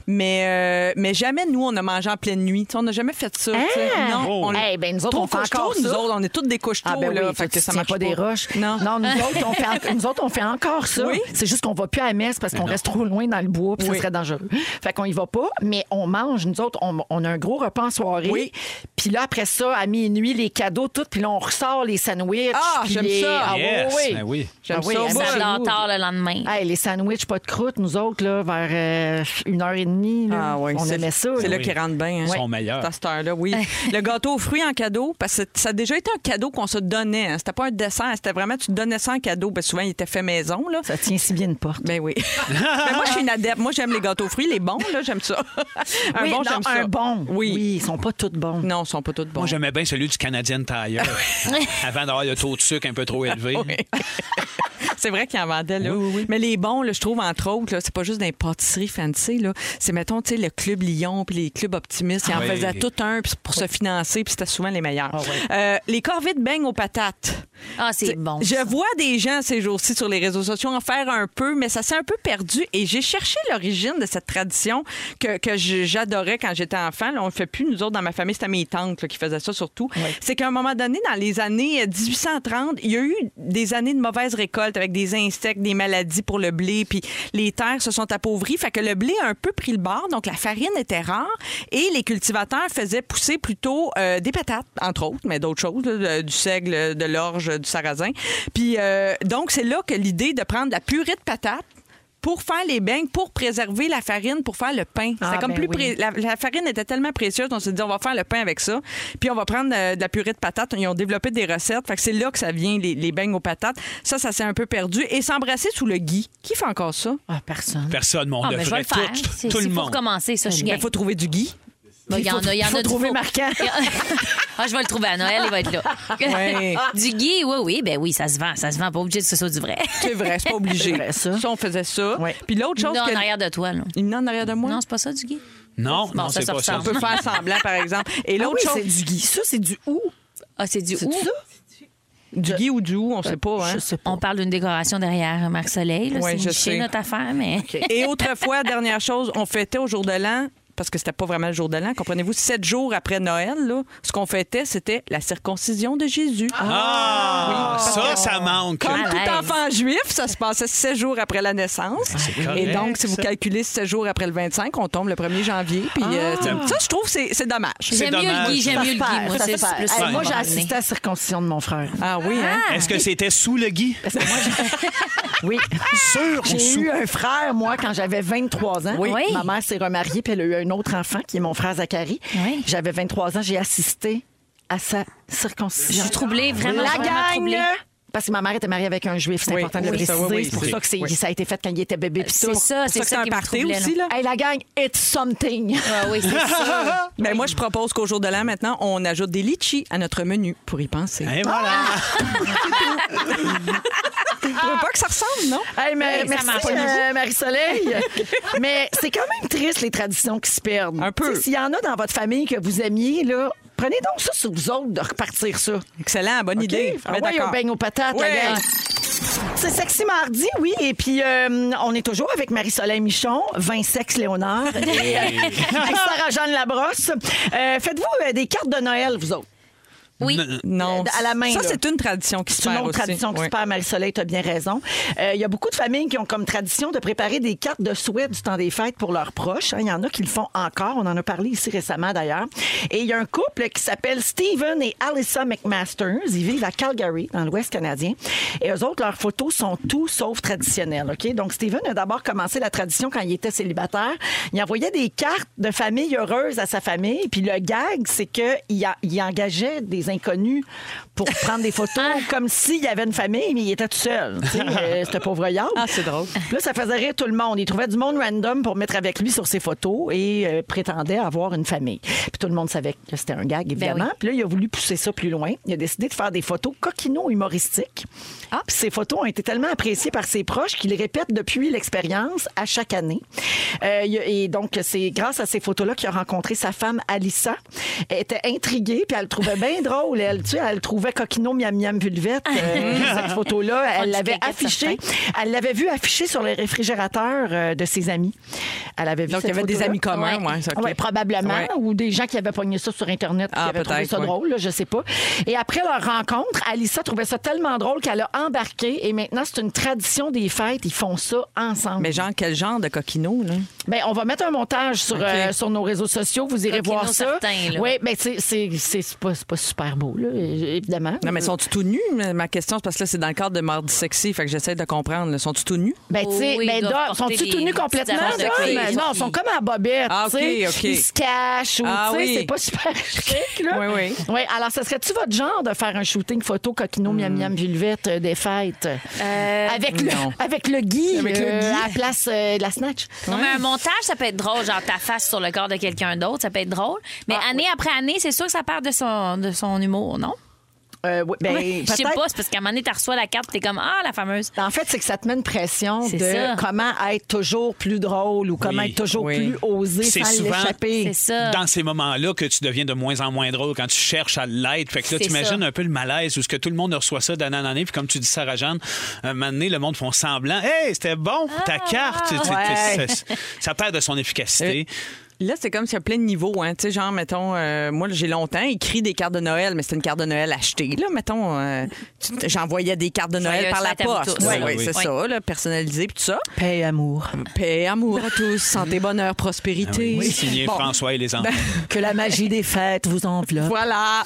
Mais, euh, mais jamais, nous, on a mangé en pleine nuit. Tu sais, on n'a jamais fait ça. tu sais.
Hein?
Oh.
Non, on
Eh ben, nous autres,
Trop
on fait
couche-tôt,
encore
nous
ça.
autres. On est toutes des couches
Ah ben oui,
là,
toi,
fait que
tu
ça
tiens
marche
pas des roches.
Non. <laughs>
nous autres, on fait, nous autres, on fait encore ça.
Oui.
C'est juste qu'on va plus à la messe parce qu'on reste trop loin dans le bois, puis
Oui.
ça serait dangereux. Fait qu'on y va pas, mais on mange. Nous autres, on, on a un gros repas en soirée.
Oui.
Puis là, après ça, à minuit, les cadeaux, tout, puis là, on ressort les sandwichs.
Ah,
puis
j'aime
les-
ça.
Ah, oui,
Yes,
oui.
ben oui.
J'aime
Ah oui,
ça au
elle
bout.
Ça
Bonjour.
dort tard le lendemain.
Hey, les sandwichs pas de croûte, nous autres, là, vers euh, une heure et demie, là,
Ah oui,
on
c'est-
aimait ça.
C'est là
Oui.
qu'ils rentrent bien. Hein.
Ils sont meilleurs.
C'est à cette
<laughs>
heure-là, oui. le gâteau aux fruits en cadeau, parce que ça a déjà été un cadeau qu'on se donnait. hein. C'était pas un dessert, c'était vraiment tu te donnais ça en cadeau. Parce que souvent, il était fait maison. Là.
Ça tient si bien une porte.
<laughs> Ben oui. Mais moi, je suis une adepte. Moi, j'aime les gâteaux aux fruits, les bons, là, j'aime ça. un
oui,
bon,
non,
j'aime ça.
un bon.
Oui.
ils sont pas tous bons.
Non, ils sont pas tous bons.
Moi, j'aimais bien celui du Canadian Tire avant d'avoir le taux de sucre un peu
<laughs>
trop élevé.
<laughs> Oui. c'est vrai qu'il en vendait, là. Mais les bons, là, je trouve, entre autres, là, c'est pas juste des pâtisseries fancy, là. C'est, mettons, tu sais, le Club Lyon puis les clubs optimistes. Ils en
Ah oui.
faisaient tout un puis pour se financer, puis c'était souvent les meilleurs. Euh, les corvées de beigne aux patates.
Ah, c'est
C'est-
bon.
Je vois des gens ces jours-ci sur les réseaux sociaux en faire un peu, mais ça s'est un peu perdu. Et j'ai cherché l'origine de cette tradition que, que je- j'adorais quand j'étais enfant. Là, on ne le fait plus, nous autres, dans ma famille, c'était mes tantes là, qui faisaient ça surtout. C'est qu'à un moment donné, dans les années euh, 1830, il y a eu des années de mauvaise récolte avec des insectes, des maladies pour le blé, puis les terres se sont appauvries. Fait que le blé a un peu pris le bord, donc la farine était rare et les cultivateurs faisaient pousser plutôt euh, des patates, entre autres, mais d'autres choses, là, de- du seigle, de l'orge, du sarrasin. Puis euh, donc, c'est là que l'idée de prendre la purée de patates pour faire les beignes, pour préserver la farine, pour faire le pain.
Ah,
C'était comme
ben
plus pré-
oui.
la, la farine était tellement précieuse, on s'est dit on va faire le pain avec ça. Puis on va prendre euh, de la purée de patates. Ils ont développé des recettes. Fait que c'est là que ça vient, les, les beignes aux patates. Ça, ça s'est un peu perdu. Et s'embrasser sous le gui. Qui fait encore ça?
Ah, personne.
Personne, mon
Ah, mais je vais
devrait
le faire.
tout,
C'est
tout
c'est
le
pour
monde.
commencer, ça, je suis
Il
game.
Ben, faut trouver du gui.
Ben, Il y en a, il y en
faut
a <laughs> du
trouver
faux.
marquant.
Ah, je vais le trouver à Noël, il va être là.
Ouais.
Du gui, oui, oui, ben oui, ça se vend. Ça se vend pas obligé que ce soit du vrai.
C'est vrai, c'est pas obligé.
<laughs> C'est vrai, ça.
on faisait ça.
Ouais.
Puis l'autre chose
Non,
que-
en arrière de toi, là.
Il y en a en arrière de moi.
Non, c'est pas ça, du gui.
Non,
Bon,
non,
ça
c'est
se
pas ça.
on peut faire semblant, par exemple. Et
Ah
l'autre
oui, c'est
chose.
du gui. Ça, c'est du ou.
Ah, c'est du ou.
ça?
Du Guy ou du Ou, on sait pas. Hein?
Je sais pas.
On parle d'une décoration derrière Marc Soleil. là.
Ouais,
c'est
je
niché,
sais.
notre affaire, mais. <laughs>
Et autrefois, dernière chose, on fêtait au jour de l'an, parce que c'était pas vraiment le jour de l'an, comprenez-vous, sept jours après Noël, là, ce qu'on fêtait, c'était la circoncision de Jésus.
Ah, ça, ça manque.
Comme
À
tout
l'aise.
enfant juif, ça se passait sept jours après la naissance.
correct,
Et donc, si vous
ça.
calculez sept jours après le 25, on tombe le 1er janvier. Puis euh, ça, ça, je trouve, c'est c'est dommage.
J'aime mieux le
dommage.
Guy, j'aime
Ça se
mieux le
perd,
Guy. Moi,
ça
c'est
se perd.
plus
Hey,
ça, à
moi,
un
j'ai
moment donné.
assisté à la circoncision de mon frère.
Ah oui, hein?
Est-ce que c'était sous le Guy?
Parce que moi, j'ai- oui.
Sûr ou
J'ai
sous?
eu un frère, moi, quand j'avais 23 ans.
Oui. Oui.
Ma mère s'est remariée, puis elle a eu un autre enfant, qui est mon frère Zachary.
Oui.
J'avais 23 ans, j'ai assisté à sa circoncision.
Je suis troublée, vraiment.
La
vraiment
gang!
troublée.
là! Parce que ma mère était mariée avec un juif, c'est
Oui,
important de le
oui, ça,
préciser.
oui, oui,
c'est pour
c'est-
ça que c'est-
oui.
ça a été fait quand il était bébé. puis
C'est
tout.
ça, c'est
pour ça que c'est
ça
un
qui me
party
troublait.
aussi,
là.
là.
Hey, la gang, it's something.
Ah oui, c'est ça.
Ben, moi, je propose qu'au jour de l'an, maintenant, on ajoute des litchis à notre menu pour y penser.
Et Eh, voilà.
Ah!
Je trouve pas que ça ressemble, non?
Hey, mais,
Hey, ça
merci,
marche.
<laughs>
euh, Marie-Soleil. mais c'est quand même triste, les traditions qui se perdent.
Un peu.
Tu sais, S'il y en a dans votre famille que vous aimiez, là, prenez donc ça sur vous autres de repartir ça.
Excellent, bonne idée.
Ah
Ben,
ouais, on baigne aux patates, la
Ouais.
gang. C'est Sexy Mardi, oui. Et puis, euh, on est toujours avec Marie-Soleil Michon, Vincex
<laughs>
Léonard et, euh, et Sarah-Jeanne Labrosse. Euh, Faites-vous euh, des cartes de Noël, vous autres?
Oui.
N-
Non,
à la main,
Ça,
là.
c'est une tradition qui se
C'est une
perd
autre
aussi.
tradition qui
Ouais.
se perd, Marie-Soleil, tu as bien raison. Euh, Il y a beaucoup de familles qui ont comme tradition de préparer des cartes de souhait du temps des fêtes pour leurs proches. hein. Il y en a qui le font encore. On en a parlé ici récemment, d'ailleurs. Et il y a un couple qui s'appelle Stephen et Alyssa McMasters. Ils vivent à Calgary, dans l'Ouest canadien. Et eux autres, leurs photos sont tout sauf traditionnelles. OK? Donc, Stephen a d'abord commencé la tradition quand il était célibataire. Il envoyait des cartes de famille heureuse à sa famille. Puis le gag, c'est qu'il a- il engageait des inconnus pour prendre des photos
Ah.
comme s'il y avait une famille, mais il était tout seul.
<laughs>
Tu sais, euh, ce pauvre yard.
Ah, c'est drôle.
Puis Là, ça faisait rire tout le monde. Il trouvait du monde random pour mettre avec lui sur ses photos et euh, prétendait avoir une famille. Puis tout le monde savait que c'était un
Ben
gag, évidemment.
oui.
Puis là, il a voulu pousser ça plus loin. Il a décidé de faire des photos coquino-humoristiques.
Ah.
Puis ces photos ont été tellement appréciées par ses proches qu'il répète depuis l'expérience à chaque année. Euh, il a- et donc, c'est grâce à ces photos-là qu'il a rencontré sa femme, Alissa. Elle était intriguée, puis elle le trouvait bien <laughs> drôle. Elle, tu sais, elle le trouvait coquino-miam-miam-vulvette.
<laughs>
Euh, cette photo-là, elle
du
l'avait
caca,
affichée. Elle l'avait vu affichée sur le réfrigérateur euh, de ses amis. Elle avait vu
Donc, il y
cette
avait des
photo-là.
amis communs, ouais. Ah, c'est ok.
Oui, Ah probablement.
Ouais.
Ou des gens qui avaient pogné ça sur Internet et
Ah,
qui avaient trouvé
peut-être,
ça
ouais.
drôle, là, je sais pas. Et après leur rencontre, Alissa trouvait ça tellement drôle qu'elle a embarqué. Et maintenant, c'est une tradition des fêtes. Ils font ça ensemble.
Mais genre, quel genre de coquino, là?
Ben, on va mettre un montage sur, euh, sur nos réseaux sociaux. Vous irez
Coquino
voir ça.
certain, là.
Oui, ben, c'est- c'est c'est- c'est pas, c'est pas super beau, là, évidemment.
Non, mais sont-ils tout nus? Ma- Ma question, c'est parce que là, c'est dans le cadre de Mardi Sexy, fait que j'essaie de comprendre. là. Sont-ils tout nus?
Ben, tu sais,
Oui, ils
ben,
doivent
là,
porter
sont-ils
des-
tout nus
des petites
complètement?
affaires de
là?
cuir,
Ben, non, ils
puis-
sont comme à bobette,
Ah,
tu sais.
ok, ok.
Ils se cachent, ou,
Ah,
tu sais,
oui.
c'est pas super <laughs> chic, là.
Oui, oui.
Ouais, alors, ça serait-tu votre genre de faire un shooting photo coquino miam miam vulvette euh, des fêtes?
Euh,
avec, le,
non.
<laughs> avec le Guy,
Avec le
euh,
Guy.
à la place euh, de la snatch.
Non, mais un montage, ça peut être drôle, genre ta face sur le corps de quelqu'un d'autre, ça peut être drôle. Mais
Ah,
année après année, c'est sûr que ça perd de son, de son humour, non?
Euh, oui, ben,
<laughs> Je sais
peut-être.
pas, c'est parce qu'à un moment donné, tu reçois la carte, t'es comme Ah, la fameuse.
En fait, c'est que ça te met une pression de
C'est ça.
comment être toujours plus drôle ou comment
Oui.
être toujours
Oui.
plus osé
C'est
sans
souvent-
l'échapper.
C'est ça.
Dans ces moments-là que tu deviens de moins en moins drôle quand tu cherches à l'être. Fait que là,
C'est
tu imagines
ça.
un peu le malaise où ce que tout le monde reçoit ça d'année en année. Puis comme tu dis, Sarah Jeanne, un moment donné, le monde font semblant. Hey, c'était bon, ta carte. Tu- tu-
Ouais.
ça, ça perd de son efficacité.
Là, c'est comme s'il y a plein de niveaux. Hein. Tu sais, genre, mettons, euh, moi, j'ai longtemps écrit des cartes de Noël, mais c'était une carte de Noël achetée. Là, mettons, euh, tu- j'envoyais des cartes de Noël
Joyeuses
par la
fêtes à vous
poste.
tous.
Oui,
Oui, oui.
c'est
Oui.
ça, là, personnalisé, puis tout ça.
Paix et <laughs> amour.
Paix, amour à tous, santé, bonheur, prospérité.
Ah Oui, signé
Bon.
François et les enfants.
Que la magie des fêtes vous enveloppe.
Voilà.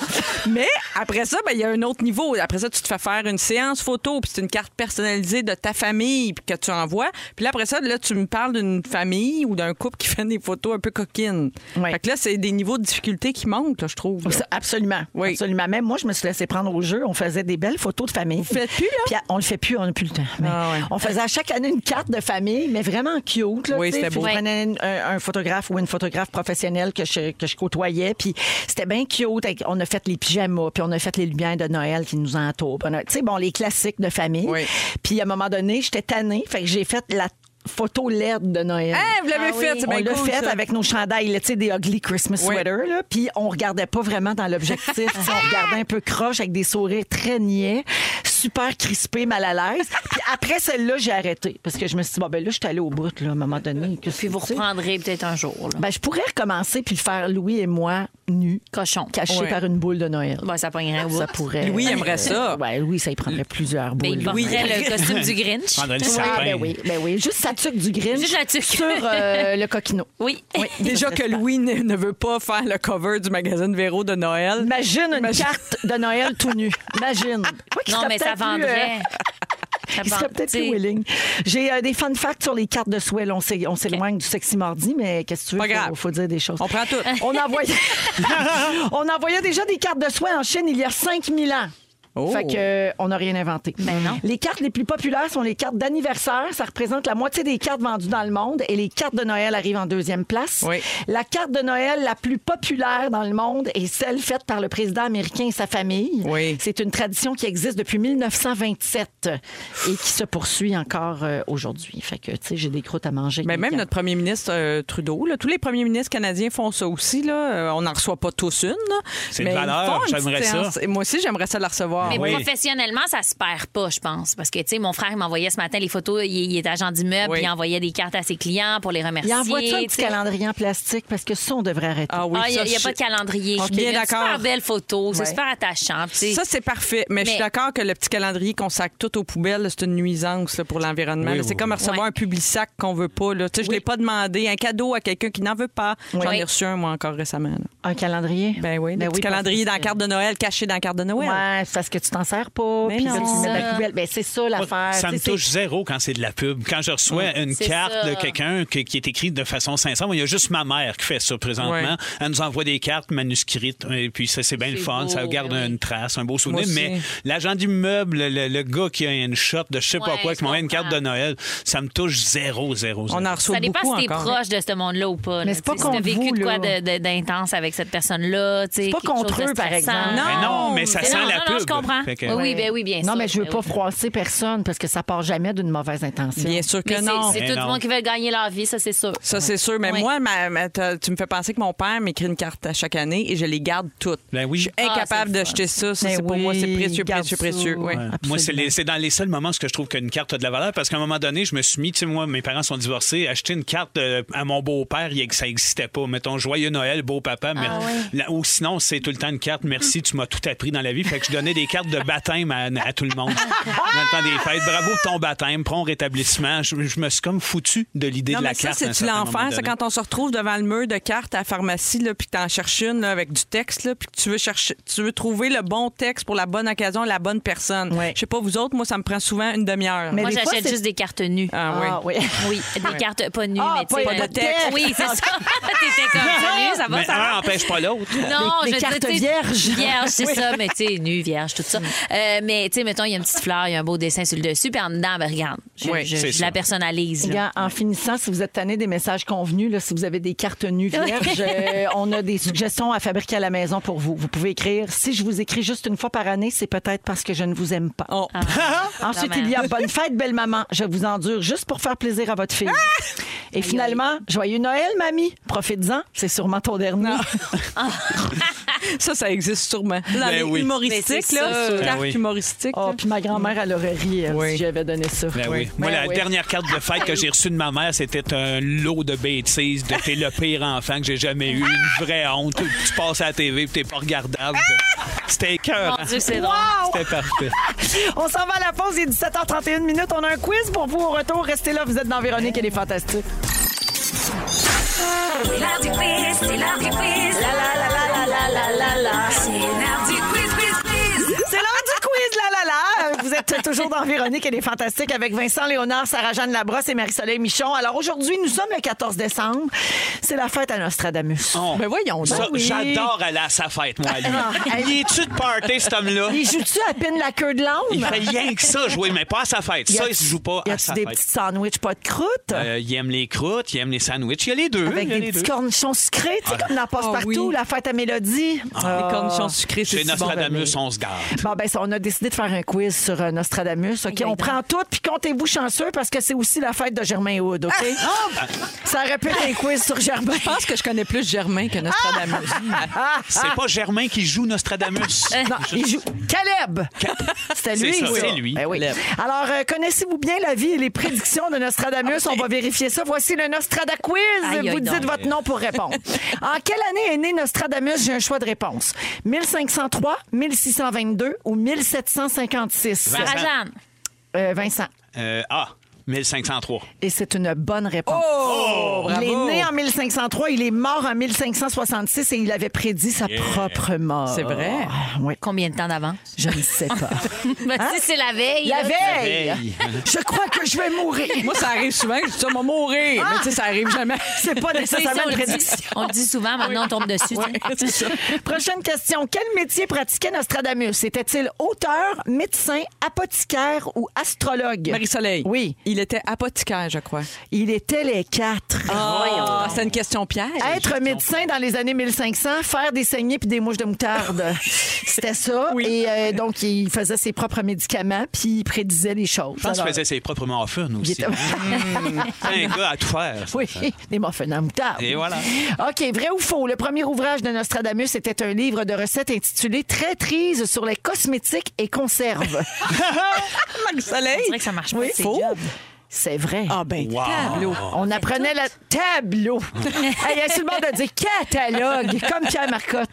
Mais après ça, ben, il y a un autre niveau. Après ça, tu te fais faire une séance photo, puis c'est une carte personnalisée de ta famille puis que tu envoies. Puis là, après ça, là, tu me parles d'une famille ou d'un couple qui fait des photos un peu coquines.
Ouais.
Fait que là, c'est des niveaux de difficulté qui montent, là, je trouve.
Ça, Absolument.
Oui.
Absolument. Même moi, je me suis laissée prendre au jeu. On faisait des belles photos de famille.
Vous faites plus, là?
Puis, on le fait plus, on n'a plus le temps. Mais
Ah ouais.
On faisait à chaque année une carte de famille, mais vraiment cute. Là,
Oui,
tu sais.
c'était
Puis
beau.
Je prenais une- un, un photographe ou une photographe professionnelle que je, que je côtoyais. Puis c'était bien cute. Avec- On a fait les pyjamas, puis on a fait les lumières de Noël qui nous entourent. Puis on a- Tu sais, bon, les classiques de famille.
Oui.
Puis à un moment donné, j'étais tannée. Fait que j'ai fait la photo LED de Noël.
Hey, Eh, vous l'avez fait, c'est
euh, ah
bien
on l'a
cool,
fait
ça.
avec nos chandails, là, tu sais, des ugly Christmas
Oui.
sweaters, là. Puis on regardait pas vraiment dans l'objectif. Tu sais, on regardait un peu croche avec des sourires très niais, super crispés, mal à l'aise. Puis après celle-là, j'ai arrêté parce que je me suis dit, bon, ben là, je suis allée au bout, là, à un moment donné. Qu'est-ce
Puis
que
vous
tu sais?
reprendrez peut-être un jour. là.
Ben, je pourrais recommencer puis le faire Louis et moi nus,
Cochon.
cachés
Ouais.
par une boule de Noël.
Ouais, ça pognerait.
Ça pourrait.
Louis aimerait ça.
Ouais, Louis, ça y prendrait plusieurs
Mais Ben, il
boules.
porterait le
<laughs>
costume du Grinch.
Prendrait le
Ah,
sapin.
ben oui, ben oui. Juste sa tuque du Grinch
Juste la tuque.
sur euh, le coquino.
Oui. <laughs>
Oui.
Déjà que Louis ne, ne veut pas faire le cover du magazine Véro de Noël.
Imagine une
Imagine.
carte de Noël tout nu. <laughs> Imagine. Quoi qu'il
Non,
serait
mais ça
peut-être plus, <laughs>
vendrait.
euh,
Ça
il serait
vend-
peut-être
tu sais,
plus willing. J'ai euh, des fun facts sur les cartes de Swell. On s'é- on s'éloigne du sexy mardi, mais qu'est-ce que tu veux?
Pas grave.
Faut, faut dire des choses.
On prend tout.
<laughs> On
<laughs>
envoyait, on envoyait déjà des cartes de soins en Chine il y a 5000 ans.
Oh. Ben
Fait que, euh, on n'a rien inventé.
non.
Les cartes les plus populaires sont les cartes d'anniversaire. Ça représente la moitié des cartes vendues dans le monde et les cartes de Noël arrivent en deuxième place.
Oui.
La carte de Noël la plus populaire dans le monde est celle faite par le président américain et sa famille.
Oui.
C'est une tradition qui existe depuis 1927 et qui se poursuit encore euh, aujourd'hui. Fait que, tu sais, j'ai des croûtes à manger.
Mais
des
Ben, même
cartes.
notre premier ministre euh, Trudeau, là, tous les premiers ministres canadiens font ça aussi. Là. Euh, On n'en reçoit pas tous une. là.
C'est une
Mais ils
valeur,
font une
j'aimerais
petite
ça.
séance. Et Moi aussi, j'aimerais ça la recevoir.
Mais
Oui.
professionnellement, ça se perd pas, je pense. Parce que, tu sais, mon frère, il m'envoyait ce matin les photos. Il, il est agent d'immeuble,
Oui.
puis il envoyait des cartes à ses clients pour les remercier.
Il envoie-tu un
tu
petit
sais.
calendrier en plastique? Parce que ça, on devrait arrêter.
Ah oui,
Ah, il
ça,
n'y a,
je-
pas de calendrier.
Ok,
Il y a
bien
une
d'accord.
super belle photo. C'est
Ouais.
super attachant. puis tu sais,
Ça, c'est parfait. Mais, je suis
Mais-
d'accord que le petit calendrier qu'on sac tout aux poubelles, c'est une nuisance là, pour l'environnement.
Oui,
là. c'est
oui,
comme recevoir
Ouais.
un public sac qu'on veut pas. Là. Tu sais, Je ne l'ai pas demandé. Un cadeau à quelqu'un qui n'en veut pas. J'en ai
Oui.
reçu un, moi, encore récemment. là.
Un calendrier?
Ben oui, le petit calendrier dans
parce
la
que-
carte de Noël, caché dans la carte de Noël.
Ouais, c'est parce que tu t'en sers pas,
Mais
puis là,
non.
tu le mets dans la
Ça.
poubelle. Ben, c'est ça l'affaire.
Ça me
Tu sais,
touche
c'est-
zéro quand c'est de la pub. Quand je reçois une
C'est
carte
ça.
de quelqu'un qui, qui est écrite de façon sincère, moi, il y a juste ma mère qui fait ça présentement.
Ouais.
Elle nous envoie des cartes manuscrites euh, et puis ça, c'est bien le fun. ça garde
ben
une trace, un beau souvenir.
Moi aussi.
Mais l'agent d'immeuble, le, le gars qui a une shop de je sais pas
Ouais,
quoi,
je
qui m'a envoyé une
comprends.
carte de Noël, ça me touche zéro, zéro, zéro.
On en reçoit
Ça dépend
beaucoup
si t'es
encore.
proche de ce monde-là ou pas.
hein. Mais
là,
c'est pas
tu sais, si t'as
contre
vécu
vous,
de quoi
là.
de- de- d'intense avec cette personne-là. C'est
pas contre eux, par exemple.
Mais non,
Non,
mais ça
Mais
sent
non,
la
non,
pub.
non, je comprends.
Fait que-
Oui, oui, ben oui, bien sûr.
Non, mais je veux
Ben
pas
oui.
froisser personne parce que ça part jamais d'une mauvaise intention.
Bien sûr que
Mais c'est-
non.
c'est
Mais
tout le
non.
monde qui veut gagner leur vie, ça, c'est sûr.
Ça, c'est sûr. Mais
Ouais.
moi, ma- ma- t'as- tu me fais penser que mon père m'écrit une carte à chaque année et je les garde toutes.
Ben oui.
Je suis
Ah,
incapable
c'est le
de
fun.
jeter ça. Ça,
Ben
c'est pour
oui,
moi, c'est précieux,
garde
précieux,
ça.
précieux. Oui.
Ouais.
Absolument.
Moi, c'est les- c'est dans les seuls moments où ce que je trouve qu'une carte a de la valeur parce qu'à un moment donné, je me suis mis, tu sais, moi, mes parents sont divorcés, acheter une carte euh, à mon beau-père, il- ça n'existait pas. Mettons, joyeux Noël, beau-papa.
Ah
mais- là- ou sinon, c'est tout le temps une carte, merci, tu m'as tout appris dans la vie. Fait que je donnais des cartes de baptême à, à tout le monde dans le temps des fêtes. Bravo pour ton baptême, prompt rétablissement. Je, je me suis comme foutu de l'idée
Non,
de la
mais ça,
carte. à un
c'est-tu
certain moment
l'enfer? C'est
donné.
quand on se retrouve devant le mur de cartes à la pharmacie, là, puis que t'en cherches une là, avec du texte, là, puis que tu veux, chercher, tu veux trouver le bon texte pour la bonne occasion, la bonne personne.
Ouais.
Je sais pas, vous autres, moi, ça me prend souvent une demi-heure.
Mais
Moi,
des fois,
j'achète
c'est-
juste des cartes nues.
Ah, oui.
Ah, oui.
Oui, des cartes pas nues,
Ah,
mais tu sais,
pas- pas de
euh,
texte.
Oui, c'est ça. <laughs> T'étais comme salut, ça va,
Mais
ça
un
va.
n'empêche pas l'autre.
Non, je
Des- des
veux
cartes
dire, tu sais,
vierges.
Vierge, c'est ça, mais tu sais, nu, vierge, tout ça. Euh, mais tu sais, mettons, il y a une petite fleur, il y a un beau dessin sur le dessus, puis en dedans, ben regarde, je,
Oui,
je-
c'est
je
ça.
la personnalise. là.
Gars, en finissant, si vous êtes tanné des messages convenus, là, si vous avez des cartes nues vierges, euh, on a des suggestions à fabriquer à la maison pour vous. Vous pouvez écrire. Si je vous écris juste une fois par année, c'est peut-être parce que je ne vous aime pas.
Oh.
Ensuite,
dommage.
il y a Bonne fête, belle maman. Je vous endure juste pour faire plaisir à votre fille. Et finalement, Joyeux Noël, mamie. Profites-en. C'est sûrement ton dernier.
<laughs> Ça, ça existe sûrement. Dans
Ben
les
oui.
Mais
humoristiques,
c'est
là,
sûr.
carte
Ben oui.
humoristique.
Oh, puis ma grand-mère, elle aurait ri elle,
Oui.
si j'avais donné ça.
Ben oui. Moi, la dernière carte de fête que j'ai reçue de ma mère, c'était un lot de bêtises, de t'es le pire enfant que j'ai jamais eu, une vraie honte. Tu passes à la TV et t'es pas regardable. C'était cœur.
Mon Dieu, c'est drôle.
C'était parfait.
On s'en va à la pause. Il est 17h31 minutes. On a un quiz pour vous au retour. Restez là. Vous êtes dans Véronique. Elle est fantastique.
C'est l'heure du quiz, c'est l'heure du quiz. La la la la la la la la la. C'est l'heure du quiz, quiz, quiz.
C'est l'heure du quiz, la la la. Vous êtes toujours dans Véronique, elle est fantastique avec Vincent Léonard, Sarah-Jeanne Labrosse et Marie-Soleil Michon. Alors aujourd'hui, nous sommes le 14 décembre. C'est la fête à Nostradamus.
Oh.
Ben voyons donc.
Ça,
oui.
J'adore aller à sa fête, moi, à lui. Il est-tu de party, cet homme-là?
Ah, Il joue-tu à peine la queue de
Il
l'âme?
fait rien que ça jouer, mais pas à sa fête. Ça, il se joue pas
Y
à
a-tu
sa
des
fête.
petits sandwichs pas de croûte?
Euh, il aime les croûtes, il aime les sandwichs. Il y a les deux.
avec
il y a
des
les
petits
deux. Ah.
cornichons sucrés, tu sais, comme dans Passe-Partout,
Ah oui.
la fête à Mélodie.
Les cornichons sucrés, c'est
Chez
si bon.
<laughs>
Nostradamus, on se garde.
Bon, ben, ça, on a décidé de faire un quiz sur euh, Nostradamus. OK, on prend tout, puis comptez-vous chanceux parce que c'est aussi la fête de Germain Hood, OK?
Ah!
Ça répète un quiz sur
<laughs>
Germain.
Je pense que je connais plus Germain que Nostradamus.
Ah!
C'est pas Germain qui joue Nostradamus.
Non, il joue Caleb. C'était lui.
C'est ça,
ça.
c'est lui.
Ben oui. Alors, euh, connaissez-vous bien la vie et les prédictions de Nostradamus?
Ah, ben.
On va vérifier ça. Voici le Nostrada Quiz.
Aïe, aïe,
Vous dites
donc.
votre nom pour répondre. en quelle année est né Nostradamus? J'ai un choix de réponse. 1503, 1622 ou 1756?
Vincent.
Sarah-Jeanne.
Euh, Vincent.
Euh, ah, 1503.
Et c'est une bonne réponse. Oh! il est né en 1503, il est mort en 1566 et il avait prédit sa propre mort.
C'est vrai?
Oui,
Combien de temps d'avance?
je ne sais pas.
Ben, Si c'est la veille.
<laughs> La
là,
veille! Je crois que je vais mourir.
Moi, ça arrive souvent que je dis ça, on va mourir. Mais tu sais, ça arrive jamais.
C'est pas
tu sais, ça,
nécessairement
on,
une
le dit,
prédiction.
on le dit souvent, maintenant on tombe dessus. tu sais.
Prochaine question. Quel métier pratiquait Nostradamus? Était-il auteur, médecin, apothicaire ou astrologue?
Marie-Soleil.
Oui.
Il était apothicaire, je crois.
Il était les quatre.
Ah, c'est une question piège.
Être médecin dans les années 1500, faire des saignées puis des mouches de
<laughs>
moutarde, c'était ça. Et euh, donc, il faisait ses propres médicaments puis il prédisait les choses.
Je pense qu'il
Alors,
faisait ses propres morphones aussi.
était-
Mmh.
<laughs>
C'est un gars à tout faire. ça.
Oui, <laughs> des muffins à moutarde.
Et voilà.
OK, vrai ou faux? Le premier ouvrage de Nostradamus était un livre de recettes intitulé Traîtrise sur les cosmétiques et
<laughs>
conserves.
Marie-Soleil.
On dirait que ça marche pas, c'est
faux.
job.
C'est vrai.
Ah, ben,
Wow.
tableau.
Ah.
On apprenait le
<laughs>
tableau. Il y a seulement de dire catalogue, comme Pierre Marcotte.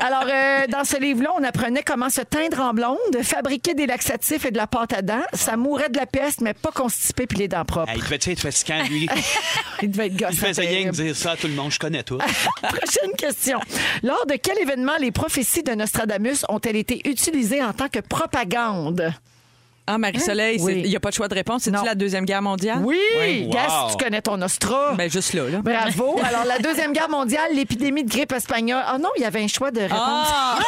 Alors, euh, dans ce livre-là, on apprenait comment se teindre en blonde, fabriquer des laxatifs et de la pâte à dents. Ça mourait de la peste, mais pas constipé puis les dents propres.
Hey, il devait être fatigant,
<laughs>
lui.
Il devait être gosse.
Il faisait
hein,
rien que
terrible.
dire ça à tout le monde. Je connais tout.
<laughs> Prochaine question. Lors de quel événement les prophéties de Nostradamus ont-elles été utilisées en tant que propagande?
Ah, Marie-Soleil,
Hein? Oui.
c'est- il n'y a pas de choix de réponse.
Non.
C'est-tu la Deuxième Guerre mondiale?
Oui! Ah,
Oui, wow.
Gas, tu connais ton Nostra.
Ben, juste là, là. <laughs>
Bravo. Alors, la Deuxième Guerre mondiale, l'épidémie de grippe espagnole. Ah non, il y avait un choix de réponse.
Ah!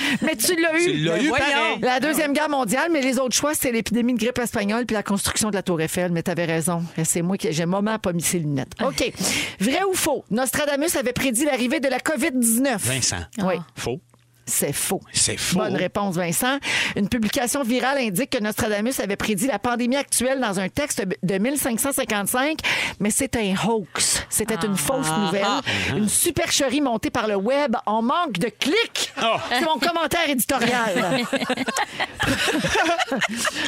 <laughs> Mais tu l'as eu.
Tu l'as eu
voyons.
pareil.
La Deuxième Guerre mondiale, mais les autres choix, c'était l'épidémie de grippe espagnole puis la construction de la Tour Eiffel. Mais t'avais raison. C'est moi qui j'ai un moment pas mis ses lunettes. OK. Vrai ou faux? Nostradamus avait prédit l'arrivée de la COVID-19.
Vincent.
Oui,
Ah.
Faux.
c'est faux.
C'est faux.
Bonne réponse, Vincent. Une publication virale indique que Nostradamus avait prédit la pandémie actuelle dans un texte de 1555, mais c'est un hoax. C'était une fausse nouvelle, une supercherie montée par le web en manque de clics.
Oh.
C'est mon commentaire éditorial.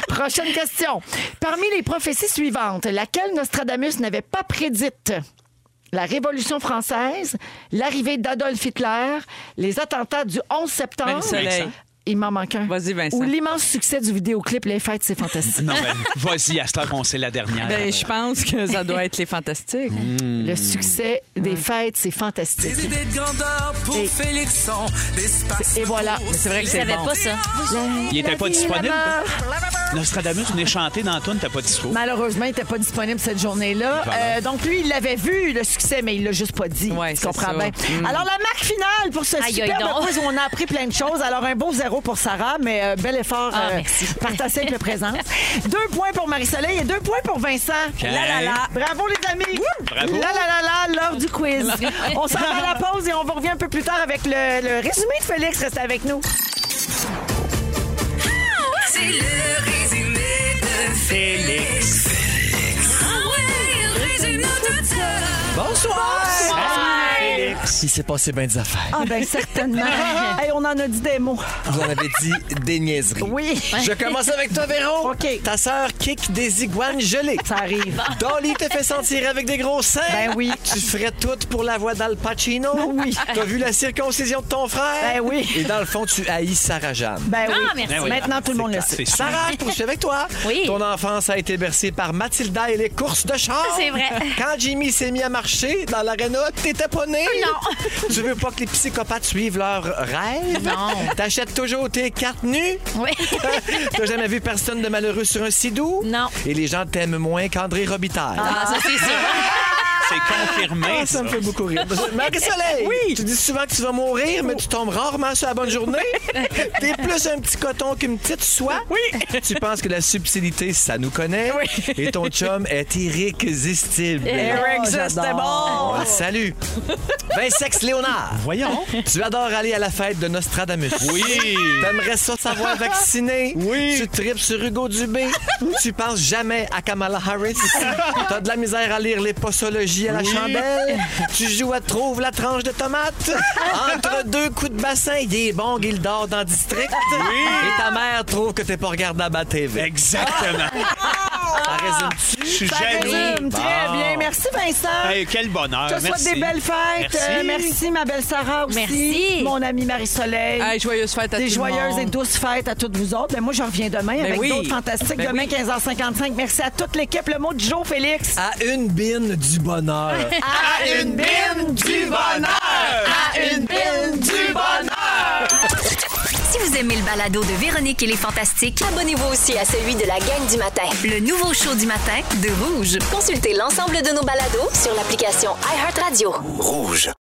Prochaine question. Parmi les prophéties suivantes, laquelle Nostradamus n'avait pas prédite? La Révolution française, l'arrivée d'Adolf Hitler, les attentats du 11 septembre.
Marie-Soleil.
Il m'en manque un.
Vas-y, Vincent.
Ou l'immense succès du vidéoclip Les Fêtes, c'est fantastique. <laughs>
Non, ben, vas-y, à ce qu'on sait la dernière.
Ben, je pense que ça doit être les fantastiques. Mmh.
Le succès des Fêtes, c'est fantastique.
Des idées de grandeur pour
Et-
Félixon, d'espace.
Et voilà.
Mais c'est vrai que
Je
c'est
savais
bon.
pas ça.
Il était
La
pas
vie,
disponible.
la mort.
Nostradamus, on est chanté dans Antoine, t'as pas dispo.
Malheureusement, il n'était pas disponible cette journée-là.
Voilà.
Euh, donc, lui, il l'avait vu, le succès, mais il l'a juste pas dit.
Ouais,
tu
c'est
comprends
ça.
bien.
Mm.
Alors, la marque finale pour ce
Aïe,
superbe
aïe, donc.
quiz où on a appris plein de choses. Alors, un beau zéro pour Sarah, mais euh, bel effort
Ah,
euh,
merci. <laughs>
par ta simple présence. Deux points pour Marie-Soleil et deux points pour Vincent.
La la la.
Bravo, les amis!
Bravo.
La la la la, l'heure
<laughs>
du quiz. on s'en va à la pause et on vous revient un peu plus tard avec le, le résumé de Félix. Restez avec nous.
C'est le résumé de Félix. Ah ouais, résume-nous tout ça.
Il Ah, s'est passé bien des affaires.
Ah, ben certainement. <laughs> Hey, on en a dit des mots.
Vous en avez dit des niaiseries.
Oui.
Je commence avec toi, Véro.
OK.
Ta sœur kick des iguanes gelées.
<laughs>
Ça arrive.
Dolly te fait sentir avec des gros seins.
Ben oui.
Tu ferais tout pour la voix d'Al Pacino.
Oui.
T'as vu la circoncision de ton
Ben
frère.
oui.
Et dans le fond, tu haïs Sarah Jeanne.
Ben oui.
Ah, merci.
Ben oui.
Maintenant, tout le monde le sait.
C'est ça.
Sarah, je poursuis avec toi.
Oui.
Ton enfance a été bercée par Mathilda et les courses de char.
C'est vrai.
Quand Jimmy s'est mis à marcher dans l'aréna, t'étais pas né. Non. Tu veux pas que les psychopathes suivent leurs rêves.
Non.
T'achètes toujours tes cartes nues. <laughs>
Oui.
T'as jamais vu personne de malheureux sur un sidou?
Non.
Et les gens t'aiment moins qu'André Robitaille.
Ah, ça, c'est sûr.
C'est confirmé.
Ah, ça me fait beaucoup rire. Marie-Soleil,
Oui.
tu dis souvent que tu vas mourir, mais tu tombes rarement sur la bonne journée. T'es plus un petit coton qu'une petite soie. Oui. Tu penses que la subtilité, ça nous connaît. Et ton chum est irrésistible. Oh, On le salue. Vincex Léonard.
Voyons.
Tu adores aller à la fête de Nostradamus.
Oui.
T'aimerais ça
<laughs>
savoir vacciner.
Oui.
Tu tripes sur Hugo Dubé. tu penses jamais à Kamala Harris. T'as de la misère à lire les postologies à la chandelle. Tu joues à Trouve la tranche de tomate. Entre deux coups de bassin, il est bon, il dort dans le district. Et ta mère trouve que t'es pas regardable à TV.
Exactement.
Ça Ah. résume-tu?
Je suis
Ah. Ça
jaloux.
résume très bien. Merci, Vincent.
Hey, quel bonheur.
Je te souhaite
Merci.
des belles fêtes.
Merci.
Euh, merci, ma belle Sarah aussi.
Merci.
Mon amie Marie-Soleil.
Hey, joyeuses fêtes à
des
tout le
joyeuses
monde.
et douces fêtes à toutes vous autres. Ben, moi, je reviens demain avec
oui.
d'autres fantastiques.
Ben
demain, 15h55. Merci à toute l'équipe. Le mot du jour, Félix.
À une bine du bonheur.
À une bine du bonheur! À une bine du bonheur!
Si vous aimez le balado de Véronique et les Fantastiques,
Abonnez-vous aussi à celui de la gang du matin.
le nouveau show du matin de Rouge.
Consultez l'ensemble de nos balados sur l'application iHeartRadio.